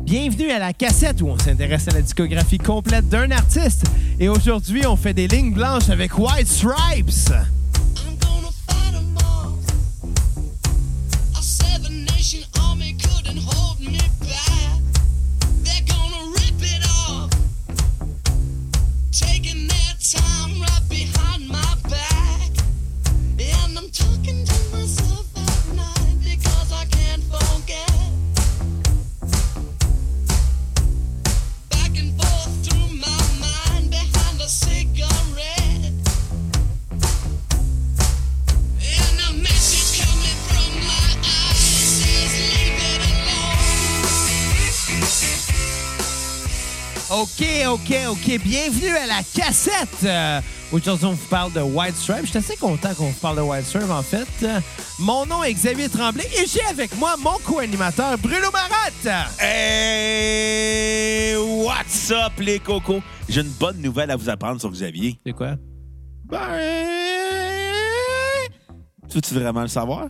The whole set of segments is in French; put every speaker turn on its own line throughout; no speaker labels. Bienvenue à la cassette où on s'intéresse à la discographie complète d'un artiste. Et aujourd'hui, on fait des lignes blanches avec White Stripes.
I'm gonna fight 'em all. A seven-nation army couldn't hold me back. They're gonna rip it off, taking their time right behind my back. And I'm talking to myself at night because I can't forget. Back and forth through my mind behind a cigarette. And the message coming from my eyes is leave it alone.
OK, OK, OK. Bienvenue à la cassette. Euh, Aujourd'hui, on vous parle de White Stripe. Je suis assez content qu'on vous parle de White Stripe, en fait. Euh, mon nom est Xavier Tremblay et j'ai avec moi mon co-animateur Bruno Marotte.
Hey! What's up, les cocos? J'ai une bonne nouvelle à vous apprendre sur Xavier.
C'est quoi?
Ben... Tu veux-tu vraiment le savoir?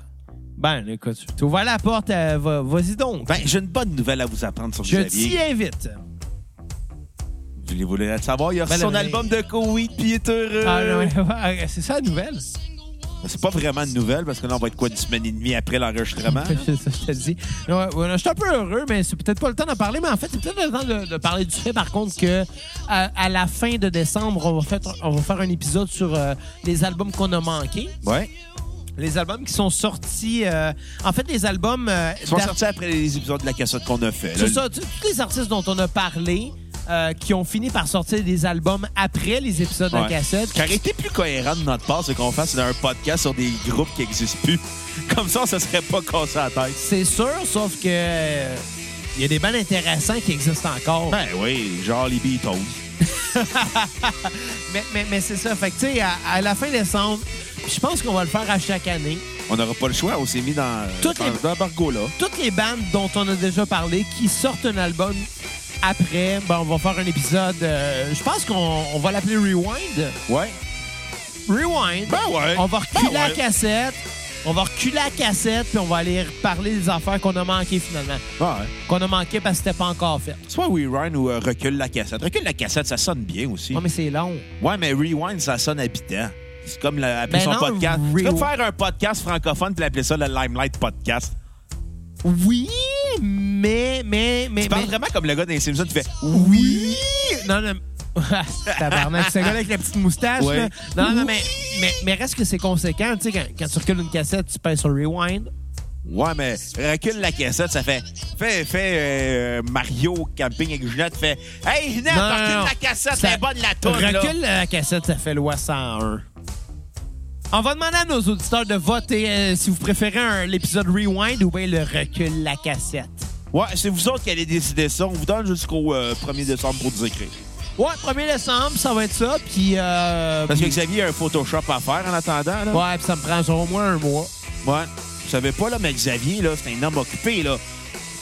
Ben, écoute, tu ouvres la porte, euh, va- vas-y donc.
Ben, j'ai une bonne nouvelle à vous apprendre sur
Je t'y
Xavier.
invite.
Vous voulez le savoir? Il a reçu
Ben,
son
ben,
album de Koweït, puis il est heureux. Ben,
Ah, non, ouais, c'est ça la nouvelle?
C'est pas vraiment une nouvelle, parce que là, on va être quoi, une semaine et demie après l'enregistrement?
C'est ça, je te le dis. Ouais, ouais, je suis un peu heureux, mais c'est peut-être pas le temps d'en parler. Mais en fait, c'est peut-être le temps de, de parler du fait, par contre, que à, à la fin de décembre, on va, faire- on va faire un épisode sur euh, les albums qu'on a manqués.
ouais.
Les albums qui sont sortis. euh, en fait, les albums. euh,
Ils sont
d'ar-
sortis après les épisodes de la cassette qu'on a fait.
C'est
là.
ça, tu- tous les artistes dont on a parlé. euh, qui ont fini par sortir des albums après les épisodes de
Ouais.
la cassette.
Ce qui aurait été plus cohérent de notre part, c'est qu'on fasse un podcast sur des groupes qui n'existent plus. Comme ça, ça serait pas cassé à la tête.
C'est sûr, sauf que euh, il y a des bandes intéressants qui existent encore.
Ben oui, genre les Beatles.
Mais, mais, mais c'est ça. Fait que, tu sais, à, à la fin décembre, puis je pense qu'on va le faire à chaque année.
On n'aura pas le choix, on s'est mis dans,
Toutes
dans,
les-
dans Bargo là.
Toutes les bandes dont on a déjà parlé qui sortent un album après, ben, on va faire un épisode. euh, je pense qu'on on va l'appeler Rewind.
Ouais.
Rewind.
Ben ouais.
On va reculer
Ben
à
ouais.
cassette. On va reculer à cassette, puis on va aller parler des affaires qu'on a manquées finalement.
Ben Ouais.
Qu'on a manquées parce que c'était pas encore fait.
Soit Rewind ou euh, Recule la cassette. Recule la cassette, ça sonne bien aussi.
Non, mais c'est long.
Ouais, mais Rewind, ça sonne habitant. C'est comme la- appeler
Ben
son
non,
podcast. Tu
Rewind.
peux faire un podcast francophone puis appeler ça le Limelight Podcast.
Oui, mais, mais, mais.
Tu parles
mais-
vraiment comme le gars des Simpsons qui fait
Oui! Non, non. Tabarnak, ce gars-là avec la petite moustache.
Ouais.
là. Non, non, mais, mais, mais reste que c'est conséquent. Tu sais, quand, quand tu recules une cassette, tu pèses sur Rewind.
Ouais, mais recule la cassette, ça fait. Fait, fait euh, Mario Camping avec Ginette, fait Hey Ginette,
Non, non,
recule
non.
la cassette,
Ça-
c'est bonne la toune. là.
Recule la cassette, ça fait loi 101. On va demander à nos auditeurs de voter euh, si vous préférez un- l'épisode Rewind ou bien le recul la cassette.
Ouais, c'est vous autres qui allez décider ça. On vous donne jusqu'au euh, 1er décembre pour nous écrire.
Ouais, 1er décembre, ça va être ça. Puis. euh,
Parce que
puis-
Xavier a un Photoshop à faire en attendant. Là.
Ouais, puis ça me prend genre au moins un mois.
Ouais. Vous savez pas, là, mais Xavier, là, c'est un homme occupé. là.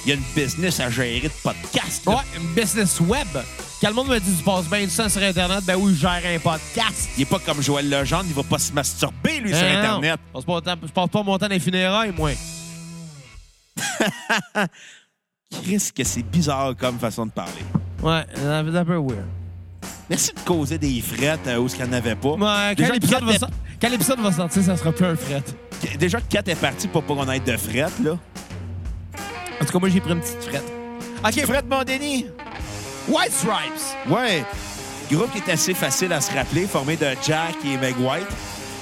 Il y a une business à gérer de podcast. là.
Ouais, une business web. Quand le monde me dit tu passes bien du temps sur Internet, ben oui, je gère un podcast.
Il est pas comme Joël Legendre, il va pas se masturber, lui, sur
Non, non,
Internet.
non. Je passe, pas, je passe pas mon temps dans les funérailles, moi.
Chris, que c'est bizarre comme façon de parler.
Ouais, c'est un peu weird.
Merci de causer des frettes euh, où ce qu'il n'y en avait pas.
Ouais, quand
Déjà,
l'épisode
Kat
va,
est-
sor- quand l'épisode va sortir, ça sera plus un fret.
Déjà, que Kat est parti pour pas qu'on ait de frettes, là.
En tout cas, moi, j'ai pris une petite frette.
OK, Fred Mondini.
White Stripes.
Ouais. Groupe qui est assez facile à se rappeler, formé de Jack et Meg White.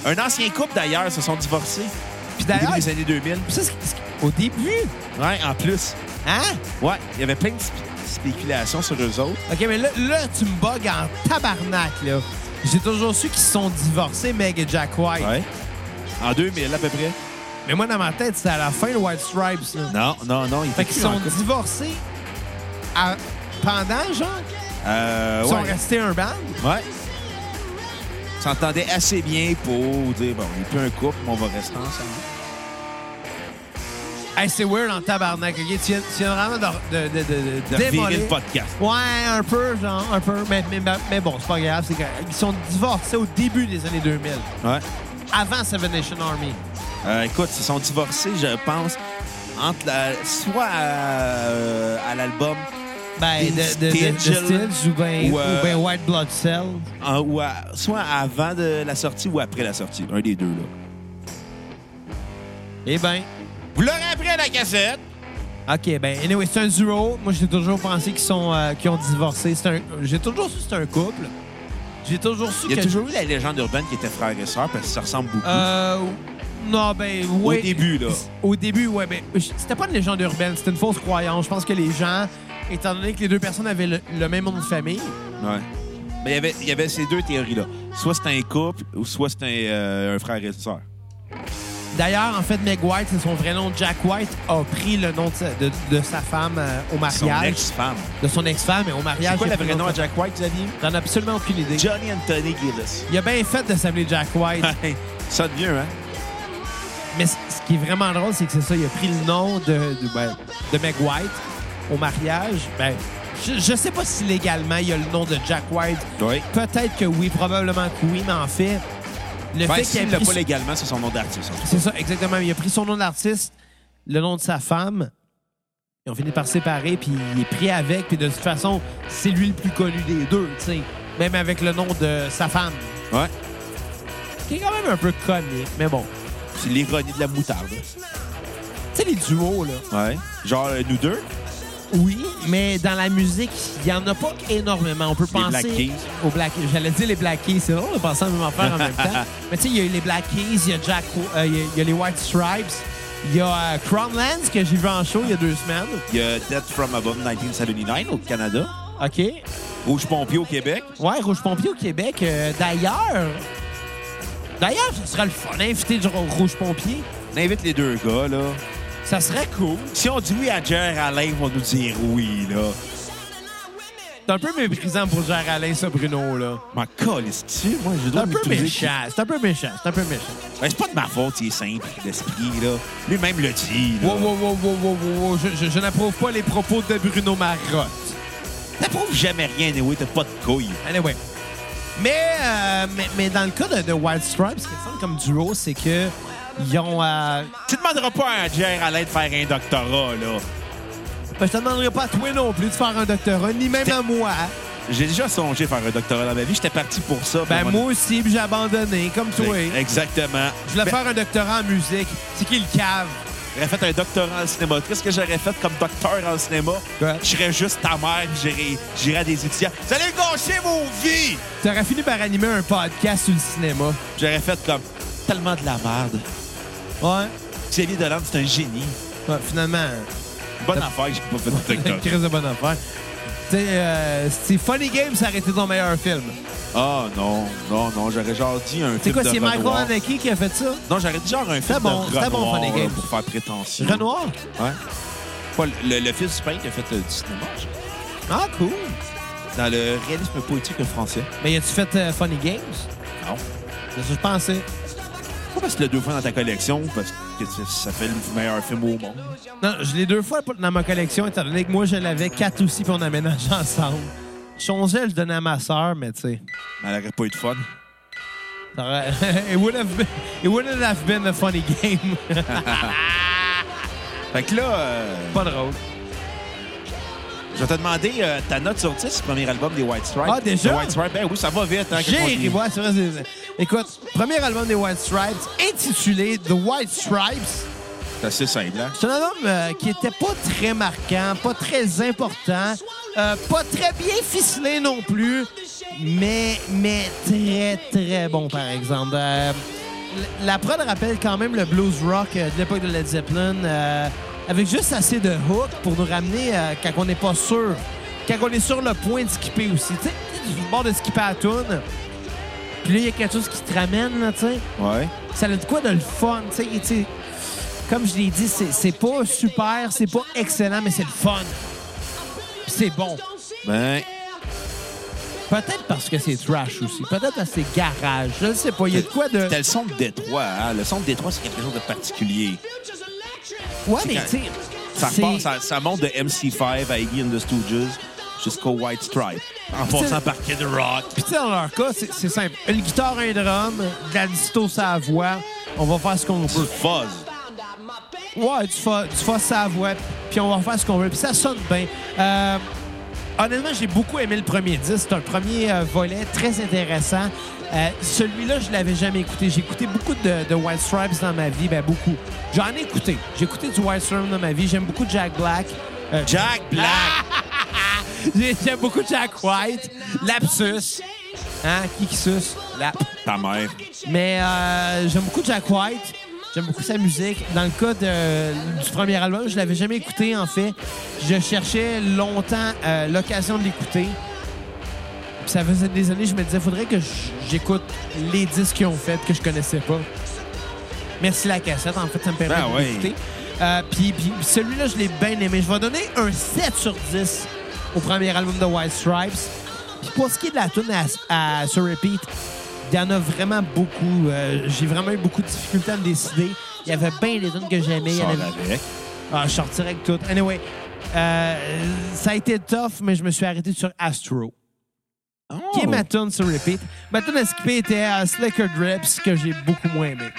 Un ancien couple, d'ailleurs, se sont divorcés.
Puis
Au début
d'ailleurs,
des années 2000.
ça, c'est- c'est- au début,
Ouais, en plus.
hein?
Ouais, il y avait plein de spé- spéculations sur eux autres.
OK, mais là, là tu me bugs en tabarnak, là. J'ai toujours su qu'ils se sont divorcés, Meg et Jack White.
En 2000, à peu près.
Mais moi, dans ma tête, c'était à la fin, le White Stripes, là.
Non, non, non. Ils
Fait qu'ils
étaient
sont
en couple.
divorcés à- pendant, genre,
Euh,
ils sont
ouais.
restés un band.
ouais. Ils s'entendaient assez bien pour dire, bon, on est plus un couple, mais on va rester ensemble.
Hey, c'est weird en tabarnak, OK? Tu viens, tu viens vraiment de, de, de, de, de
De virer
démolir.
le podcast.
Ouais, un peu, genre, un peu. Mais, mais, mais bon, c'est pas grave. C'est correct. Ils sont divorcés au début des années 2000,
Ouais.
avant Seven Nation Army.
Euh, écoute, ils se sont divorcés, je pense, entre la- soit à, euh, à l'album
Ben,
Des
de, de, de- de
Stitch, là.
Stitch ou bien
Ou, euh,
White Blood Cell.
En- ou à- soit avant de la sortie ou après la sortie. Un des deux, là.
Eh ben,
Vous l'aurez après à la cassette.
OK, ben, anyway, c'est un duo. Moi, j'ai toujours pensé qu'ils sont, euh, qu'ils ont divorcé. C'est un- J'ai toujours su que c'est un couple. J'ai toujours su
Il y
que...
a toujours eu la légende urbaine qui était frère et sœur parce que ça ressemble beaucoup.
Euh, non, ben, oui.
Au début, là.
Au début, ouais, ben, c'était pas une légende urbaine, c'était une fausse croyance. Je pense que les gens, étant donné que les deux personnes avaient le, le même nom de famille,
Ouais. Mais il y avait, il y avait ces deux théories-là. Soit c'est un couple ou soit c'est un, euh, un frère et sœur.
D'ailleurs, en fait, Meg White, c'est son vrai nom. Jack White a pris le nom de sa, de- de sa femme euh, au
Son
mariage.
ex-femme.
De son ex-femme et au mariage.
C'est quoi
il a
le
pris
vrai
le
nom
de
à
sa-
Jack White, Xavier?
J'en ai absolument aucune idée.
Johnny Anthony Gillis.
Il a bien fait de s'appeler Jack White.
ça devient, hein?
mais c- ce qui est vraiment drôle, c'est que c'est ça. Il a pris le nom de, de, ben, de Meg White au mariage. Ben, je, je sais pas si légalement il y a le nom de Jack White.
Oui.
Peut-être que oui, probablement que oui, mais en fait, le
Ben,
fait
s'il
qu'il
l'a
ait pris
pas légalement, c'est son nom d'artiste.
C'est ça, exactement. Il a pris son nom d'artiste, le nom de sa femme. Ils ont fini par se séparer, puis il est pris avec. Puis de toute façon, c'est lui le plus connu des deux, tu sais. Même avec le nom de sa femme.
Ouais.
Qui est quand même un peu comique, mais bon.
C'est l'ironie de la moutarde.
Tu sais, les duos, là.
Ouais. Genre, euh, nous deux.
Oui, mais dans la musique, il n'y en a pas énormément. On peut
Les
penser
Black Keys.
aux Black Keys. J'allais dire les Black Keys, c'est drôle de penser à la même affaire en même temps. Mais tu sais, il y a eu les Black Keys, il y a Jack, euh, il y a- il y a les White Stripes, il y a euh, Crownlands que j'ai vu en show il y a deux semaines.
Il y a Death from Above 1979 au Canada.
OK.
Rouge Pompier au Québec.
Ouais, Rouge Pompier au Québec. Euh, D'ailleurs, d'ailleurs, ce serait le fun d'inviter du Rou- Rouge Pompier.
On invite les deux gars, là.
Ça serait cool.
Si on dit oui à Jer Alain, ils vont nous dire oui, là.
C'est un peu méprisant pour Gérard Alain, ça, Bruno, là.
M'en calisse-tu? Moi, j'ai le
C'est
droit
un
de
peu
m'utiliser-
méchant. C'est un peu méchant. C'est un peu méchant.
Ben, c'est pas de ma faute, il est simple d'esprit, là. Lui-même le dit, là.
Wow, wow, wow, wow, wow, wow, wow. Je, je- je n'approuve pas les propos de Bruno Marotte.
T'approuves jamais rien, oui, t'as pas de couilles.
Anyway. Mais, euh, mais, mais dans le cas de, de Wild Stripes, ce qui est fun comme duo, c'est que ils ont... euh,
Tu demanderas pas à Jer Alain de faire un doctorat, là.
ben, je te demanderai pas à toi non plus de faire un doctorat, ni même à moi. Ben,
J'ai déjà songé faire un doctorat dans ma vie. J'étais parti pour ça.
Ben,
pour mon-
moi aussi, puis j'ai abandonné, comme toi.
Exactement.
Je voulais
Ben,
faire un doctorat en musique. C'est qui le cave?
J'aurais fait un doctorat en cinéma. Qu'est-ce que j'aurais fait comme docteur en cinéma?
Quoi?
Je serais juste ta mère et j'irais- j'irais à des étudiants. Vous allez gâcher vos vies!
T'aurais fini par animer un podcast sur le cinéma.
J'aurais fait comme tellement de la merde.
Ouais.
Xavier Dolan, c'est un génie.
Ouais, finalement,
Bonne affaire que j'ai pas fait de
une
doctorat.
crise de bonne affaire. Tu sais, euh, c'est Funny Games, ça aurait été ton meilleur film.
Ah non, non, non, j'aurais genre dit un
C'est
film
quoi,
de
c'est Michael
Renoir.
Haneke qui a fait ça?
Non, j'aurais dit genre un film
C'était bon,
de
c'était bon,
Renoir,
Funny
là,
Games.
pour faire prétention.
Renoir?
Ouais. Pas le, le, le fils du peintre qui a fait euh, du cinéma, je crois.
Ah, cool.
dans le réalisme poétique français.
Mais as-tu fait euh, Funny Games?
Non.
C'est ce que je pensais.
Pourquoi parce que le deux fois dans ta collection? Parce que ça- ça fait le meilleur film au monde.
Non, je l'ai deux fois dans ma collection, étant donné que moi, je l'avais quatre aussi, puis on aménageait ensemble. Je songeais, je donnais à ma sœur, mais tu sais...
Mais elle aurait pas eu de fun.
Ça aurait- it, would have been, it wouldn't have been a funny game.
Fait que là, euh,
Pas drôle.
je vais te demander euh, ta note sur 10 du premier album des White Stripes.
Ah, déjà?
Les White Stripes, ben oui, ça va vite. Hein, quand on dit-
J'ai ouais, c'est vrai, c'est- Écoute, premier album des White Stripes, intitulé The White Stripes.
C'est assez simple, hein?
C'est un album euh, qui était pas très marquant, pas très important, euh, pas très bien ficelé non plus, mais, mais très, très bon, par exemple. Euh, l- la prod rappelle quand même le blues rock euh, de l'époque de Led Zeppelin, euh, avec juste assez de hook pour nous ramener euh, quand on n'est pas sûr, quand on est sur le point de skipper aussi. Tu sais, du bord de skipper à la toune, puis là, il y a quelque chose qui te ramène, là, tu sais
Ouais.
ça a de quoi de le fun. tu sais, tu sais. comme je l'ai dit, c'est c'est pas super, c'est pas excellent, mais c'est le fun. Puis C'est bon.
Ben,
Peut-être parce que c'est trash aussi. Peut-être parce que c'est garage. Je ne sais pas. Il y a de quoi de.
t'as le son de Détroit, hein? Le son de Détroit, c'est quelque chose de particulier.
Ouais,
c'est
mais
quand-
tu sais.
Ça,
c'est-
repart, ça, ça monte de MC5 à Iggy and the Stooges jusqu'au White Stripe. En passant par Kid Rock.
Puis tu sais, dans leur cas, c'est c'est simple. Une guitare, un drum, de la disto, sa voix. On va faire ce qu'on veut.
Fuzz.
Ouais, tu fais, tu fais sa voix, puis on va faire ce qu'on veut. Puis ça sonne bien. Euh, honnêtement, j'ai beaucoup aimé le premier disque. C'est un premier euh, volet très intéressant. Euh, Celui-là, je l'avais jamais écouté. J'ai écouté beaucoup de, de White Stripes dans ma vie. Ben, beaucoup. J'en ai écouté. J'ai écouté du White Stripes dans ma vie. J'aime beaucoup Jack Black. Euh,
Jack Black!
j'ai- J'aime beaucoup Jack White. Lapsus. Hein? Qui qui suce? Lap.
Ta mère.
Mais euh, j'aime beaucoup Jack White. J'aime beaucoup sa musique. Dans le cas de- du premier album, je l'avais jamais écouté, en fait. Je cherchais longtemps euh, l'occasion de l'écouter. Puis ça faisait des années, je me disais, faudrait que j- j'écoute les disques qu'ils ont fait que je connaissais pas. Merci la cassette, en fait, ça me permet
Ben
de
oui.
l'écouter. Euh, puis puis celui-là, je l'ai bien aimé. Je vais donner un 7 sur 10 au premier album de White Stripes. Puis pour ce qui est de la tune à, à se repeat, il y en a vraiment beaucoup. Euh, J'ai vraiment eu beaucoup de difficultés à me décider. Il y avait bien des tunes que j'aimais. Il y en
Sors
avait-
avec.
Ah, je sortirais avec toutes. Anyway, euh, ça a été tough, mais je me suis arrêté sur Astro qui est
Oh.
ma tune sur repeat. Ma tune à skipper était euh, Slicker Drips, que j'ai beaucoup moins aimé.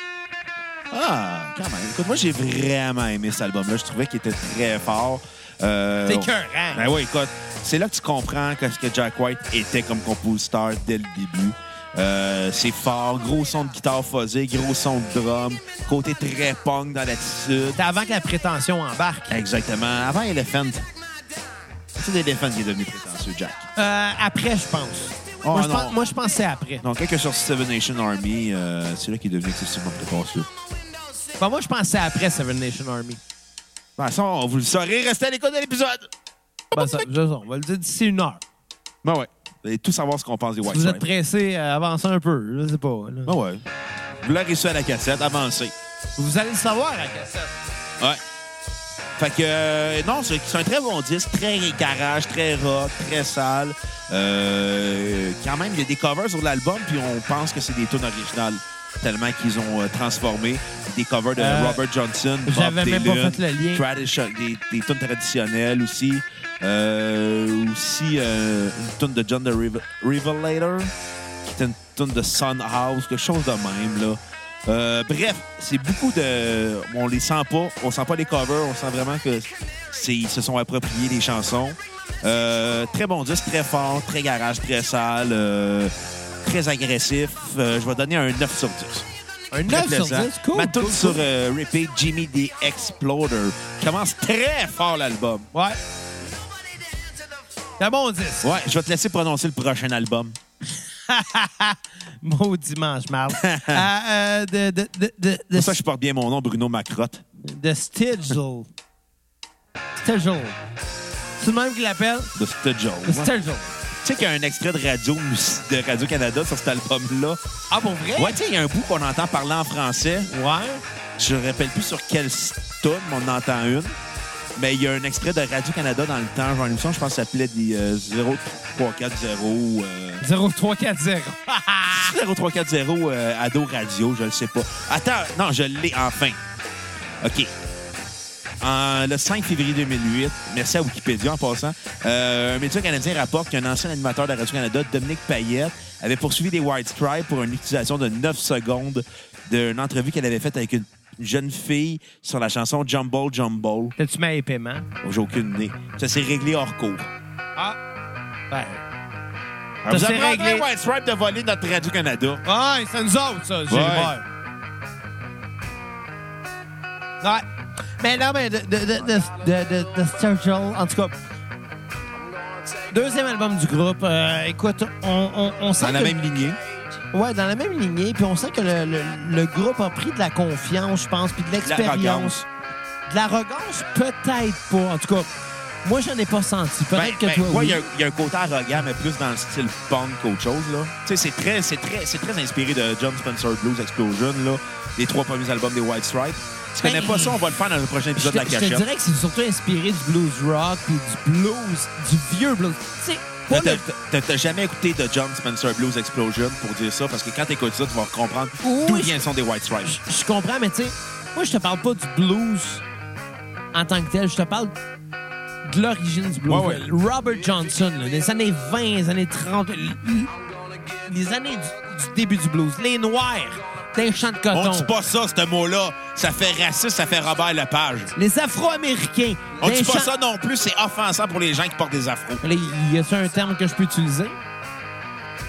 Ah, quand même. Écoute, moi, j'ai vraiment aimé cet album-là. Je trouvais qu'il était très fort. Euh,
C'est écœurant.
Ben oui, écoute, c'est là que tu comprends que ce que Jack White était comme compositeur dès le début. Euh, c'est fort, gros son de guitare fuzzée, gros son de drum, côté très punk dans l'attitude.
C'est avant que la prétention embarque.
Exactement. Avant Elephant. C'est Elephant qui est devenu prétentieux, Jack.
Euh, après, je pense.
Oh,
moi, je
non.
pense- moi, je pensais après.
Non, quelqu'un sur Seven Nation Army, euh, c'est là qu'il est devenu excessivement prétentieux.
Bon, Ben, moi, je pensais après Seven Nation Army.
Ben, ça, on vous le saurez. Restez à l'écoute de l'épisode.
Bon, Ben, ça, je- on va le dire d'ici une heure.
Ben ouais. Vous allez tout savoir ce qu'on pense des White
Si vous
Stripes.
êtes pressé, avancez un peu. Je sais pas. là.
Ah ouais. Vous l'avez reçu à la cassette, avancez.
Vous allez le savoir à cassette.
Ouais. Fait que, euh, non, c'est c'est un très bon disque, très garage, très rock, très sale. Euh, quand même, il y a des covers sur l'album, puis on pense que c'est des tunes originales, tellement qu'ils ont euh, transformé des covers de
Euh,
Robert Johnson, Bob
j'avais même pas
Dylan,
fait le lien.
tradition- des, des tunes traditionnelles aussi. Euh, aussi, euh, une tune de John the Revel- Revelator, qui était une tune de Sun House, quelque chose de même, là. Euh, bref, c'est beaucoup de. On les sent pas, on sent pas les covers, on sent vraiment que c'est ils se sont appropriés des chansons. Euh, très bon disque, très fort, très garage, très sale, euh, très agressif. Euh, je vais donner un 9 sur 10.
Un
Très
9 sur
plaisant.
10, cool.
Ma tune
cool,
sur
cool.
euh, Repeat, Jimmy the Exploder. Commence très fort l'album.
Ouais. C'est un bon 10.
Ouais, je vais te laisser prononcer le prochain album.
Beau dimanche, Marl. Euh, euh, de, de, de, de, de-
C'est pour ça que je porte bien mon nom, Bruno Macrotte.
de Stigel. Stigel. C'est le même qu'il l'appelle?
De Stud Tu
Stigel.
sais qu'il y a un extrait de Radio, de Radio Canada sur cet album-là.
Ah, pour vrai?
Ouais, tu sais, il y a un bout qu'on entend parler en français.
Ouais.
Je me rappelle plus sur quelle tune on entend une. Mais il y a un extrait de Radio-Canada dans le temps, genre une émission, je pense que ça s'appelait des euh, 0340 euh,
0340.
0340 euh, Ado Radio, je le sais pas. Attends, non, je l'ai enfin. OK. En- le 5 février 2008, merci à Wikipédia en passant, euh, un média canadien rapporte qu'un ancien animateur de Radio-Canada, Dominique Payette, avait poursuivi des White Stripes pour une utilisation de 9 secondes d'une entrevue qu'elle avait faite avec une jeune fille sur la chanson Jumble Jumble.
T'as-tu ma paiement?
J'ai aucune idée. Ça s'est réglé hors cours.
Ah. Ouais.
Vous
s'est
apprendrez
réglé.
White Stripes de voler notre Radio-Canada.
Ouais, c'est nous autres, ça. J'ai
Ouais.
peur. Ouais. Mais non, mais de, de, de, de, de, de, de Sturgill, en tout cas. Deuxième album du groupe. Euh, écoute, on, on, on sent
Dans la
que-
même lignée.
Ouais, dans la même lignée. Puis on sent que le, le- le groupe a pris de la confiance, je pense, puis de l'expérience.
L'arrogance.
De l'arrogance, peut-être pas. En tout cas, moi, j'en ai pas senti. Peut-être
Ben,
que
ben,
toi,
ouais,
oui.
il y a- il y, a un côté arrogant, mais plus dans le style punk qu'autre chose, là. Tu sais, c'est très, c'est très, c'est très inspiré de John Spencer Blues Explosion, là. Les trois premiers albums des White Stripes. Tu connais
Ben,
pas ça, on va le faire dans le prochain
Je
épisode
te,
de
je
la
te
cachette.
dirais que c'est surtout inspiré du blues rock puis du blues, du vieux blues. Tu sais, pas
T'as-
le-
T'as t'as jamais écouté de John Spencer Blues Explosion pour dire ça, parce que quand t'écoutes ça, tu vas comprendre
Oui,
d'où
je-
vient le son des White Stripes.
Je comprends, mais tu sais, moi, je te parle pas du blues en tant que tel. Je te parle de l'origine du blues.
Ouais, ouais.
Robert Johnson, là, des années 20, les années 30, l- l- les années du, du début du blues. Les Noirs, d'un champ de
On
coton.
dit pas ça, ce mot-là. Ça fait raciste, ça fait Robert Lepage.
Les Afro-Américains.
On
d'un
dit pas
champ-
ça non plus, c'est offensant pour les gens qui portent des afros.
Là, y a-tu un terme que je peux utiliser?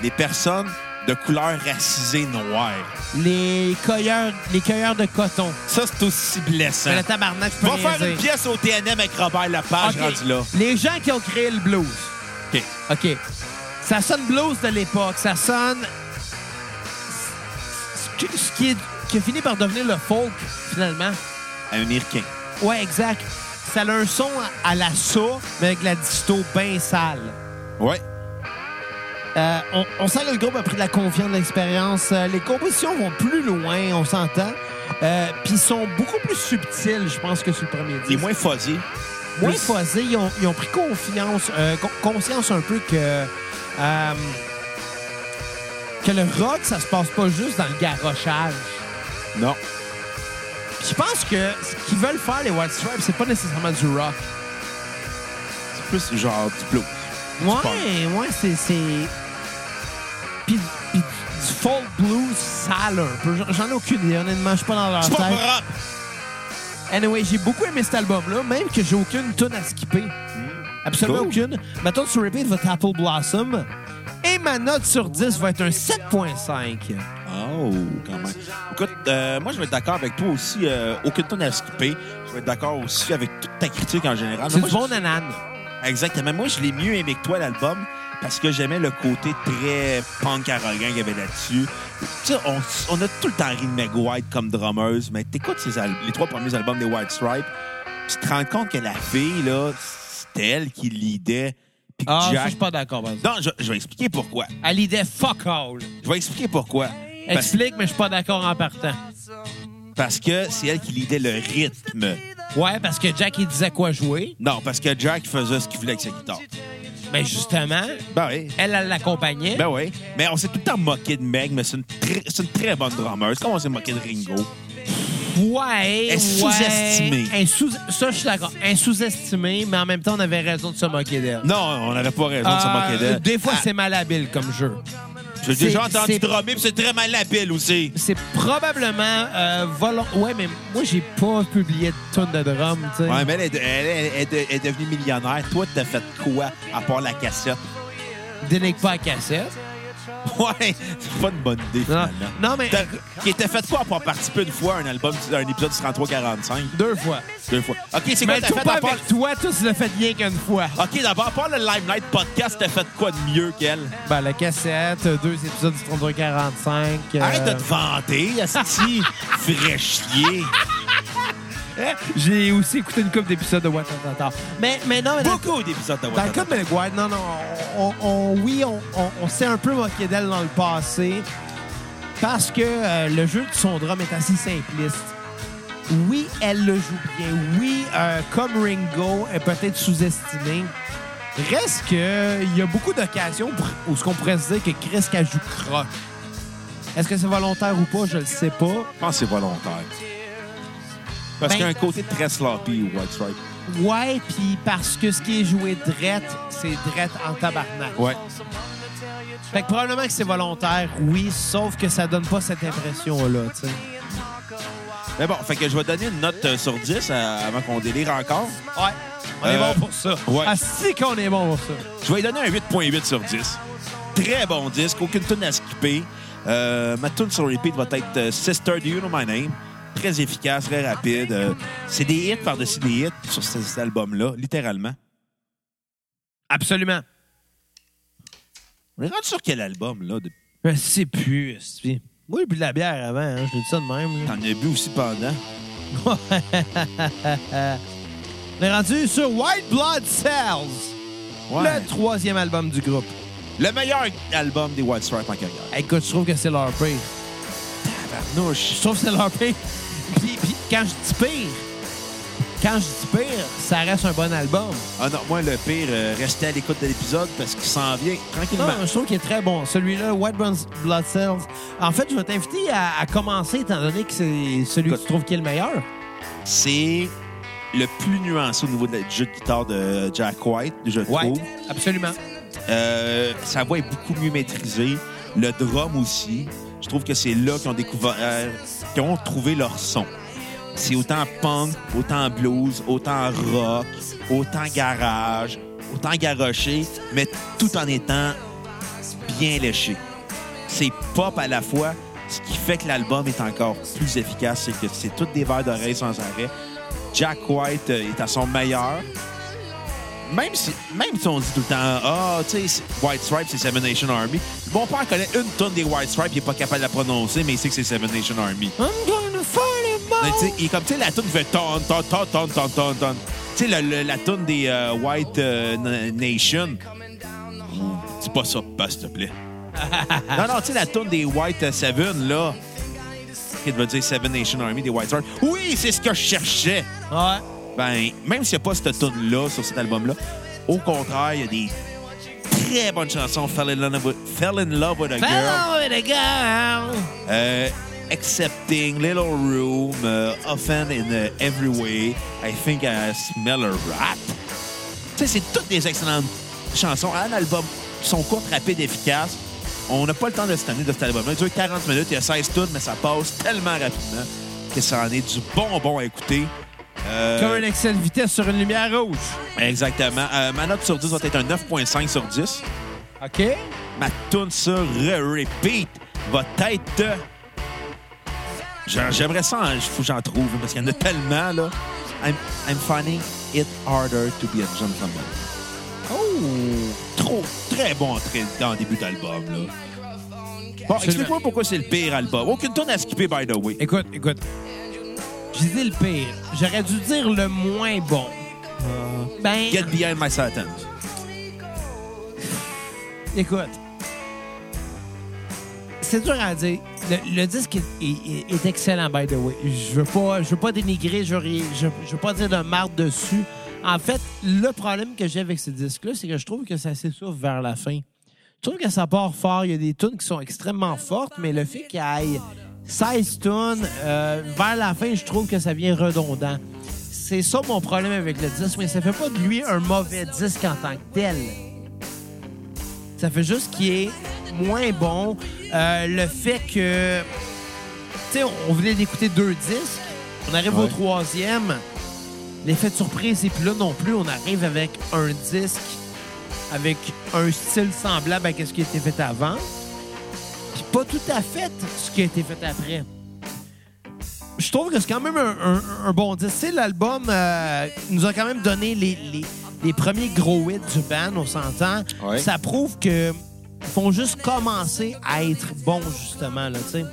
Les personnes de couleur racisée noire.
Les cueilleurs, les cueilleurs de coton.
Ça, c'est aussi blessant.
Mais le tabarnak, je peux
Hein. Va
rien
faire une
dire.
pièce au TNM avec Robert Lepage
Ok.
Ah, rendu là.
Les gens qui ont créé le blues.
OK.
OK. Ça sonne blues de l'époque. Ça sonne. Ce que- ce qui, est- qui a fini par devenir le folk, finalement.
Américain.
Ouais, exact. Ça a un son à à la source, mais avec la disto bien sale.
Ouais.
Euh, on, on sent que le groupe a pris de la confiance, de l'expérience. Euh, les compositions vont plus loin, on s'entend. Euh, Puis ils sont beaucoup plus subtils, je pense, que sur le premier disque.
Il est moins fuzzy.
moins
Oui.
fuzzés, ils ont, ils ont pris confiance, euh, con- conscience un peu que euh, que le rock, ça se passe pas juste dans le garochage.
Non.
Puis je pense que ce qu'ils veulent faire, les White Stripes, c'est pas nécessairement du rock.
C'est plus genre du blues.
Ouais, ouais, c'est. c'est... Puis, puis du folk blues sale un peu. J'en- J'en ai aucune idée, honnêtement, je suis pas dans leur
C'est pas
tête.
propre.
Anyway, j'ai beaucoup aimé cet album-là, même que j'ai aucune tune à skipper. Absolument
Cool.
aucune. Ma tune sur repeat va être Apple Blossom. Et ma note sur 10 va être un 7.5.
Oh, quand même. Écoute, euh, moi, je vais être d'accord avec toi aussi. Euh, aucune tonne à skipper. Je vais être d'accord aussi avec toute ta critique en général.
C'est
Moi,
du
je-
bon nanan.
Exactement. Moi, je l'ai mieux aimé que toi, l'album, parce que j'aimais le côté très punk arrogant qu'il y avait là-dessus. Tu sais, on, on a tout le temps ri de Meg White comme drummeuse, mais t'écoutes ces al- les trois premiers albums des White Stripes, tu te rends compte que la fille, là, c'était elle qui leadait. Puis que
Ah,
Jack...
pas d'accord. vas-y.
Non, je, je vais expliquer pourquoi.
Elle idée fuck all.
Je vais expliquer pourquoi. Parce-
Explique, mais je suis pas d'accord en partant.
parce que c'est elle qui leadait le rythme.
Ouais, parce que Jack, il disait quoi jouer.
Non, parce que Jack faisait ce qu'il voulait avec sa guitare.
Mais justement,
Ben oui.
elle, elle l'accompagnait.
Ben oui. Mais on s'est tout le temps moqué de Meg, mais c'est une, très- c'est une très bonne drummer. C'est comme on s'est moqué de Ringo.
Ouais,
Elle est
ouais.
sous-estimée.
Elle est sous- ça, je suis d'accord. Elle est sous-estimée, mais en même temps, on avait raison de se moquer d'elle.
Non, on n'avait pas raison de se moquer
Euh,
d'elle. Ah.
Des fois, c'est malhabile comme jeu.
J'ai déjà
c'est-
entendu
c'est-
drummer, puis c'est très mal la pile aussi.
C'est probablement euh, volon- Ouais, mais moi, j'ai pas publié de tonnes de drum, tu sais.
Ouais, mais elle est, elle est- elle est de- elle est devenue millionnaire. Toi, t'as fait quoi à part la cassette?
Dénigre pas à cassette.
Ouais, c'est pas une bonne idée,
Non,
finalement.
non, mais
T'as- Qui était fait quoi à part participer une fois à un album, à un épisode du 33-45?
deux fois.
Deux fois. OK, c'est quoi
Mais
t'as
tout
fait Ah.
pas
à part...
avec toi, tout se le fait bien qu'une fois.
OK, d'abord, à part le Limelight Podcast, t'as fait quoi de mieux qu'elle?
Ben, la cassette, euh, deux épisodes du 3245.
Arrête de
euh,
te vanter, asti, vrai chier.
J'ai aussi écouté une couple d'épisodes de What Attends. Mais, mais non, mais dans-
Beaucoup d'épisodes de
Dans le
Wattpad.
cas de Maguire, non, non. On, on- oui, on, on- on s'est un peu moqué d'elle dans le passé parce que euh, le jeu de son drum est assez simpliste. Oui, elle le joue bien. Oui, euh, comme Ringo est peut-être sous-estimée. Reste que il y a beaucoup d'occasions pour- où ce qu'on pourrait se dire que Chris qu'elle joue croche. Est-ce que c'est volontaire ou pas? Je le sais pas.
Je pense que c'est volontaire. Parce
Ben-
qu'il y a un côté très sloppy au White Stripe.
Ouais, puis parce que ce qui est joué drette, c'est drette en tabarnak.
Ouais.
Fait que probablement que c'est volontaire, oui, sauf que ça donne pas cette impression-là, tu sais.
Mais bon, fait que je vais donner une note euh, sur 10 à- avant qu'on délire encore.
Ouais. On est
Euh,
bon pour ça.
ouais.
Ah, si qu'on est bon pour ça.
Je vais lui donner un 8.8 sur 10. Très bon disque, aucune tune à skipper. Euh, ma tune sur repeat va être euh, Sister, Do You Know My Name? Très efficace, très rapide. Euh, c'est des hits par-dessus des hits sur cet cet album-là, littéralement.
Absolument.
On est rendu sur quel album, là? de-
Je sais plus, esti. Moi, j'ai bu de la bière avant, hein, je dis ça de même. là.
T'en as bu aussi pendant.
On est rendu sur White Blood Cells,
Ouais.
le troisième album du groupe.
Le meilleur album des White Stripes en carrière.
Écoute, je trouve que c'est leur pire.
Nouche.
Je trouve que c'est leur pire. Puis, puis quand je dis pire, quand je dis pire, ça reste un bon album.
Ah non, moi, le pire, euh, restez à l'écoute de l'épisode parce qu'il s'en vient
Non,
tranquillement.
je trouve qu'il est très bon. Celui-là, White Bronze Blood Cells. En fait, je vais t'inviter à, à commencer, étant donné que c'est celui que tu trouves qui est le meilleur.
C'est le plus nuancé au niveau de la- du jeu de guitare de Jack White, je
Oh.
trouve.
absolument.
Euh, sa voix est beaucoup mieux maîtrisée. Le drum aussi. Je trouve que c'est là qu'ils ont découvert, qu'ils ont trouvé leur son. C'est autant punk, autant blues, autant rock, autant garage, autant garoché, mais tout en étant bien léché. C'est pop à la fois, ce qui fait que l'album est encore plus efficace, c'est que c'est toutes des verres d'oreille sans arrêt. Jack White euh, est à son meilleur. Même si, même si on dit tout le temps, ah, tu sais, c'est- White Stripes, c'est Seven Nation Army. Mon père connaît une tonne des White Stripes, il est pas capable de la prononcer, mais il sait que c'est Seven Nation Army.
I'm gonna fall
Mais
in
tu
love.
sais, il est comme, tu sais, la toune fait ton, ton, ton, ton, ton, ton, ton. Tu sais, le- le- la toune des euh, White euh, Na- Nation. Hmm, Dis pas ça, pas, s'il te plaît. non, non, tu sais, la toune des White euh, Seven, là. Qui veut dire Seven Nation Army des White Stars. Oui, c'est ce que je cherchais.
Ouais.
Ben, même s'il n'y a pas cette toune-là sur cet album-là, au contraire, il y a des très bonnes chansons. Fell in love with, Fell in love with a girl.
Follow with a girl.
Euh, accepting, Little Room, euh, Offend in euh, Every Way, I Think I Smell a Rat. Tu sais, c'est toutes des excellentes chansons. Un album qui sont courtes, rapides, efficaces. On n'a pas le temps de se tanner de cet album-là. Il dure 40 minutes, il y a 16 tunes, mais ça passe tellement rapidement que ça en est du bonbon à écouter. Euh,
Comme un excès de vitesse sur une lumière rouge.
exactement. Euh, ma note sur 10 va être un 9.5 sur 10.
OK?
ma tune sur repeat va être. euh, j'en- J'aimerais ça, hein, faut que j'en trouve, parce qu'il y en a tellement, là. I'm, I'm finding it harder to be a gentleman.
Oh!
Trop, très bon entrée dans le début d'album, là. Bon, explique-moi pourquoi c'est le pire album. Aucune tune à skipper, by the way.
Écoute, écoute. J'ai dit le pire. J'aurais dû dire le moins bon. Ben,
Get behind my Satan.
écoute. C'est dur à dire. Le, le disque est, est- est excellent, by the way. Je veux pas, je veux pas dénigrer, je veux, rien- je, je veux pas dire de marde dessus. En fait, le problème que j'ai avec ce disque-là, c'est que je trouve que ça s'essouffle vers la fin. Je trouve que ça part fort. Il y a des tunes qui sont extrêmement fortes, mais le fait qu'il aille 16 tunes, euh, vers la fin, je trouve que ça vient redondant. C'est ça mon problème avec le disque, mais ça fait pas de lui un mauvais disque en tant que tel. Ça fait juste qu'il est moins bon. Euh, le fait que. Tu sais, on venait d'écouter deux disques, on arrive au
Ouais.
troisième. L'effet de surprise, et puis là non plus, on arrive avec un disque avec un style semblable à ce qui a été fait avant, puis pas tout à fait ce qui a été fait après. Je trouve que c'est quand même un, un- un bon disque. Tu sais, L'album euh, nous a quand même donné les, les- les premiers gros hits du band, on s'entend.
Ouais.
Ça prouve que ils font juste commencer à être bons, justement. Là, tu sais.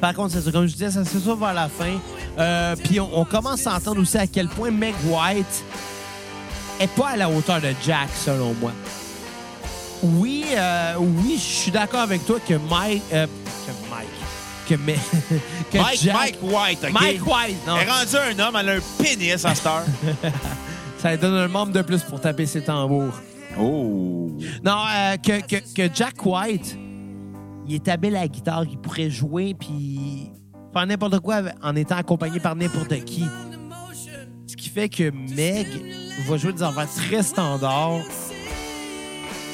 Par contre, c'est ça, comme je disais, ça c'est ça vers la fin. Euh, Puis on, on commence à entendre aussi à quel point Meg White est pas à la hauteur de Jack, selon moi. Oui, euh, oui, je suis d'accord avec toi que Mike, euh, que Mike, que, Me- que
Mike,
Jack-
Mike White, OK?
Mike White, non,
Elle est rendue un homme, elle a un pénis à cette heure.
ça lui donne un membre de plus pour taper ses tambours.
oh.
Non, euh, que, que- que Jack White, il est habile à la guitare, il pourrait jouer puis faire n'importe quoi avec- en étant accompagné par n'importe qui. Ce qui fait que Meg va jouer des enfants très standards,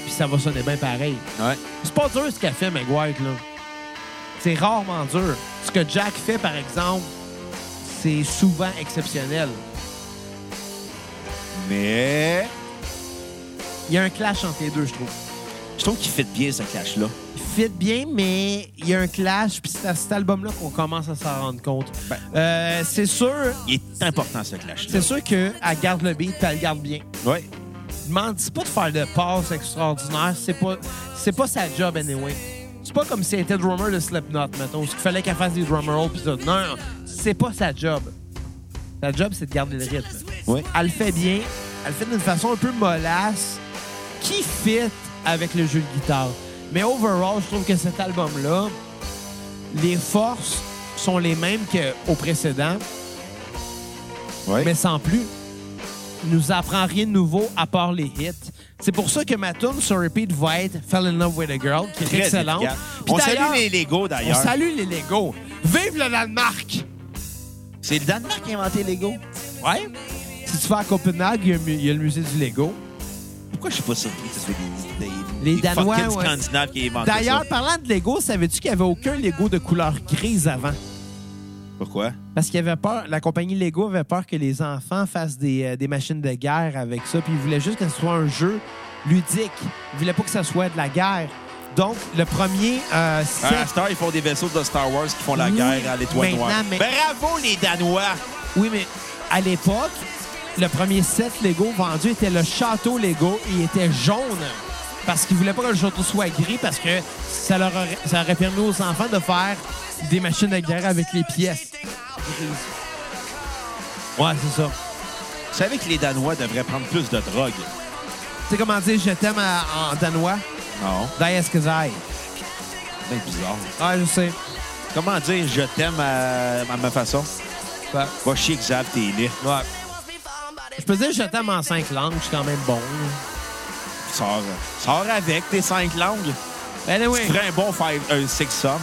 puis ça va sonner bien pareil.
Ouais.
C'est pas dur ce qu'a fait Meg White, là. C'est rarement dur. Ce que Jack fait, par exemple, c'est souvent exceptionnel.
Mais...
Il y a un clash entre les deux, je trouve.
Je trouve qu'il fit bien, ce clash-là.
fit bien, mais il y a un clash, puis c'est à cet album-là qu'on commence à s'en rendre compte.
Ben-
Euh, c'est sûr,
Il est important, ce clash-là.
c'est sûr qu'elle garde le beat, puis elle le garde bien.
Ouais.
Demande pas de faire de passes extraordinaires, c'est pas, c'est pas sa job anyway. C'est pas comme si elle était drummer de Slipknot, mettons, ce qu'il fallait qu'elle fasse des drummer rolls pis ça. Non, non, c'est pas sa job. Sa job, c'est de garder le rythme.
Ouais.
Elle le fait bien, elle le fait d'une façon un peu mollasse, qui fit avec le jeu de guitare. Mais overall, je trouve que cet album-là, les forces sont les mêmes qu'au précédent,
Ouais.
mais sans plus. Il nous apprend rien de nouveau à part les hits. C'est pour ça que ma tune sur repeat va être Fell in Love with a Girl, qui est
Très
excellente.
efficace.
Puis
On
d'ailleurs,
salue les Lego
on
d'ailleurs.
salue les Lego. Vive le Danemark!
C'est le Danemark qui a inventé Lego.
Ouais. Si tu vas à Copenhague, il y a mu- il y, a le musée du Lego.
Pourquoi je suis pas surpris que ce soit des, des-
Les
Les
Danois,
fucking
ouais.
Scandinaves qui inventent
D'ailleurs,
ça.
parlant de Lego, savais-tu qu'il n'y avait aucun Lego de couleur grise avant?
Pourquoi?
Parce qu'il avait peur, la compagnie Lego avait peur que les enfants fassent des, euh, des machines de guerre avec ça. Puis ils voulaient juste que ce soit un jeu ludique. Ils voulaient pas que ça soit de la guerre. Donc, le premier euh, set-
À Star, ils font des vaisseaux de Star Wars qui font Ah, la
Oui,
guerre à l'étoile
maintenant,
noire. Ben,
mais-
Bravo, les Danois!
Oui, mais à l'époque, le premier set Lego vendu était le château Lego et il était jaune. Parce qu'ils voulaient pas que le château soit gris parce que ça, leur aurait, ça aurait permis aux enfants de faire des machines de guerre avec les pièces. Ouais, c'est ça.
Vous savez que les Danois devraient prendre plus de drogue?
Tu sais comment dire je t'aime à- en danois?
Non.
Dieskazai.
C'est bien Ben, bizarre.
Ah, je sais.
Comment dire je t'aime à, à ma façon?
Ouais.
Va chier que Xav, t'es né.
Ben, Ouais. Je peux dire je t'aime en cinq langues, je suis quand même bon.
Sors, euh, sors avec tes cinq langues. Tu
Anyway,
ferais un bon five, un six sum.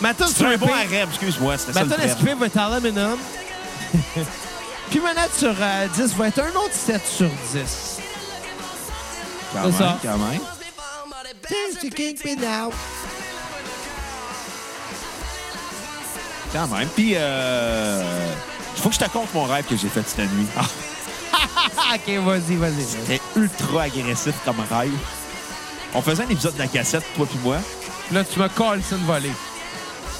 ma tune
Tu ferais un bon
stripée-
arrêt, excuse-moi, c'était ça
Ma
le
tonne
terme.
esquivé va être à l'aménum. Puis ma note sur euh, 10 va être un autre 7 sur 10.
Quand
c'est
même,
ça.
quand même. Quand même. Puis, euh, faut que je te compte mon rêve que j'ai fait cette nuit.
Ah. ok, vas-y, vas-y.
C'était ultra agressif comme rêve. On faisait un épisode de la cassette, toi puis moi.
Là, tu me colles sur une volée.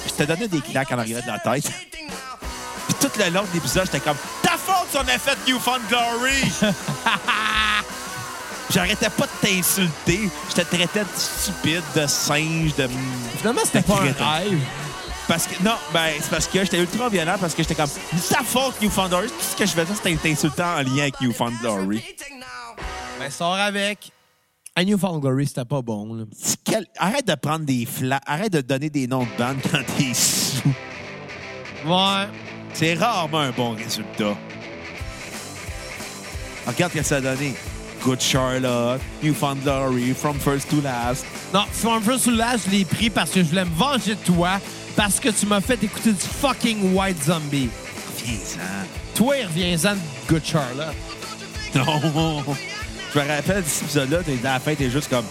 Je te donnais des claques en arrière de la tête. Puis tout le long de l'épisode, j'étais comme « Ta faute si on a fait Newfound Glory! » J'arrêtais pas de t'insulter. Je te traitais de stupide, de singe, de...
Finalement, c'était
de
pas un
crétin.
rêve.
Parce que, non, ben, c'est parce que j'étais ultra violent parce que j'étais comme, c'est ta faute, Newfound Glory. Tout ce que je faisais, c'était t'insultant en lien avec Newfound Glory.
Ben, sors avec. A Newfound Glory, c'était pas bon. Là.
C'est quel- Arrête de prendre des flats. Arrête de donner des noms de bandes quand t'es sous.
Ouais.
C'est rarement un bon résultat. Ah, Regarde ce que ça a donné. Good Charlotte, Newfound Glory, From First to Last.
Non, From First to Last, je l'ai pris parce que je voulais me venger de toi parce que tu m'as fait écouter du fucking White Zombie.
Viens-en.
Toi, reviens-en de Good Charlotte.
Non. Je me rappelle de cet épisode-là, t'es- à la fin, t'es juste comme,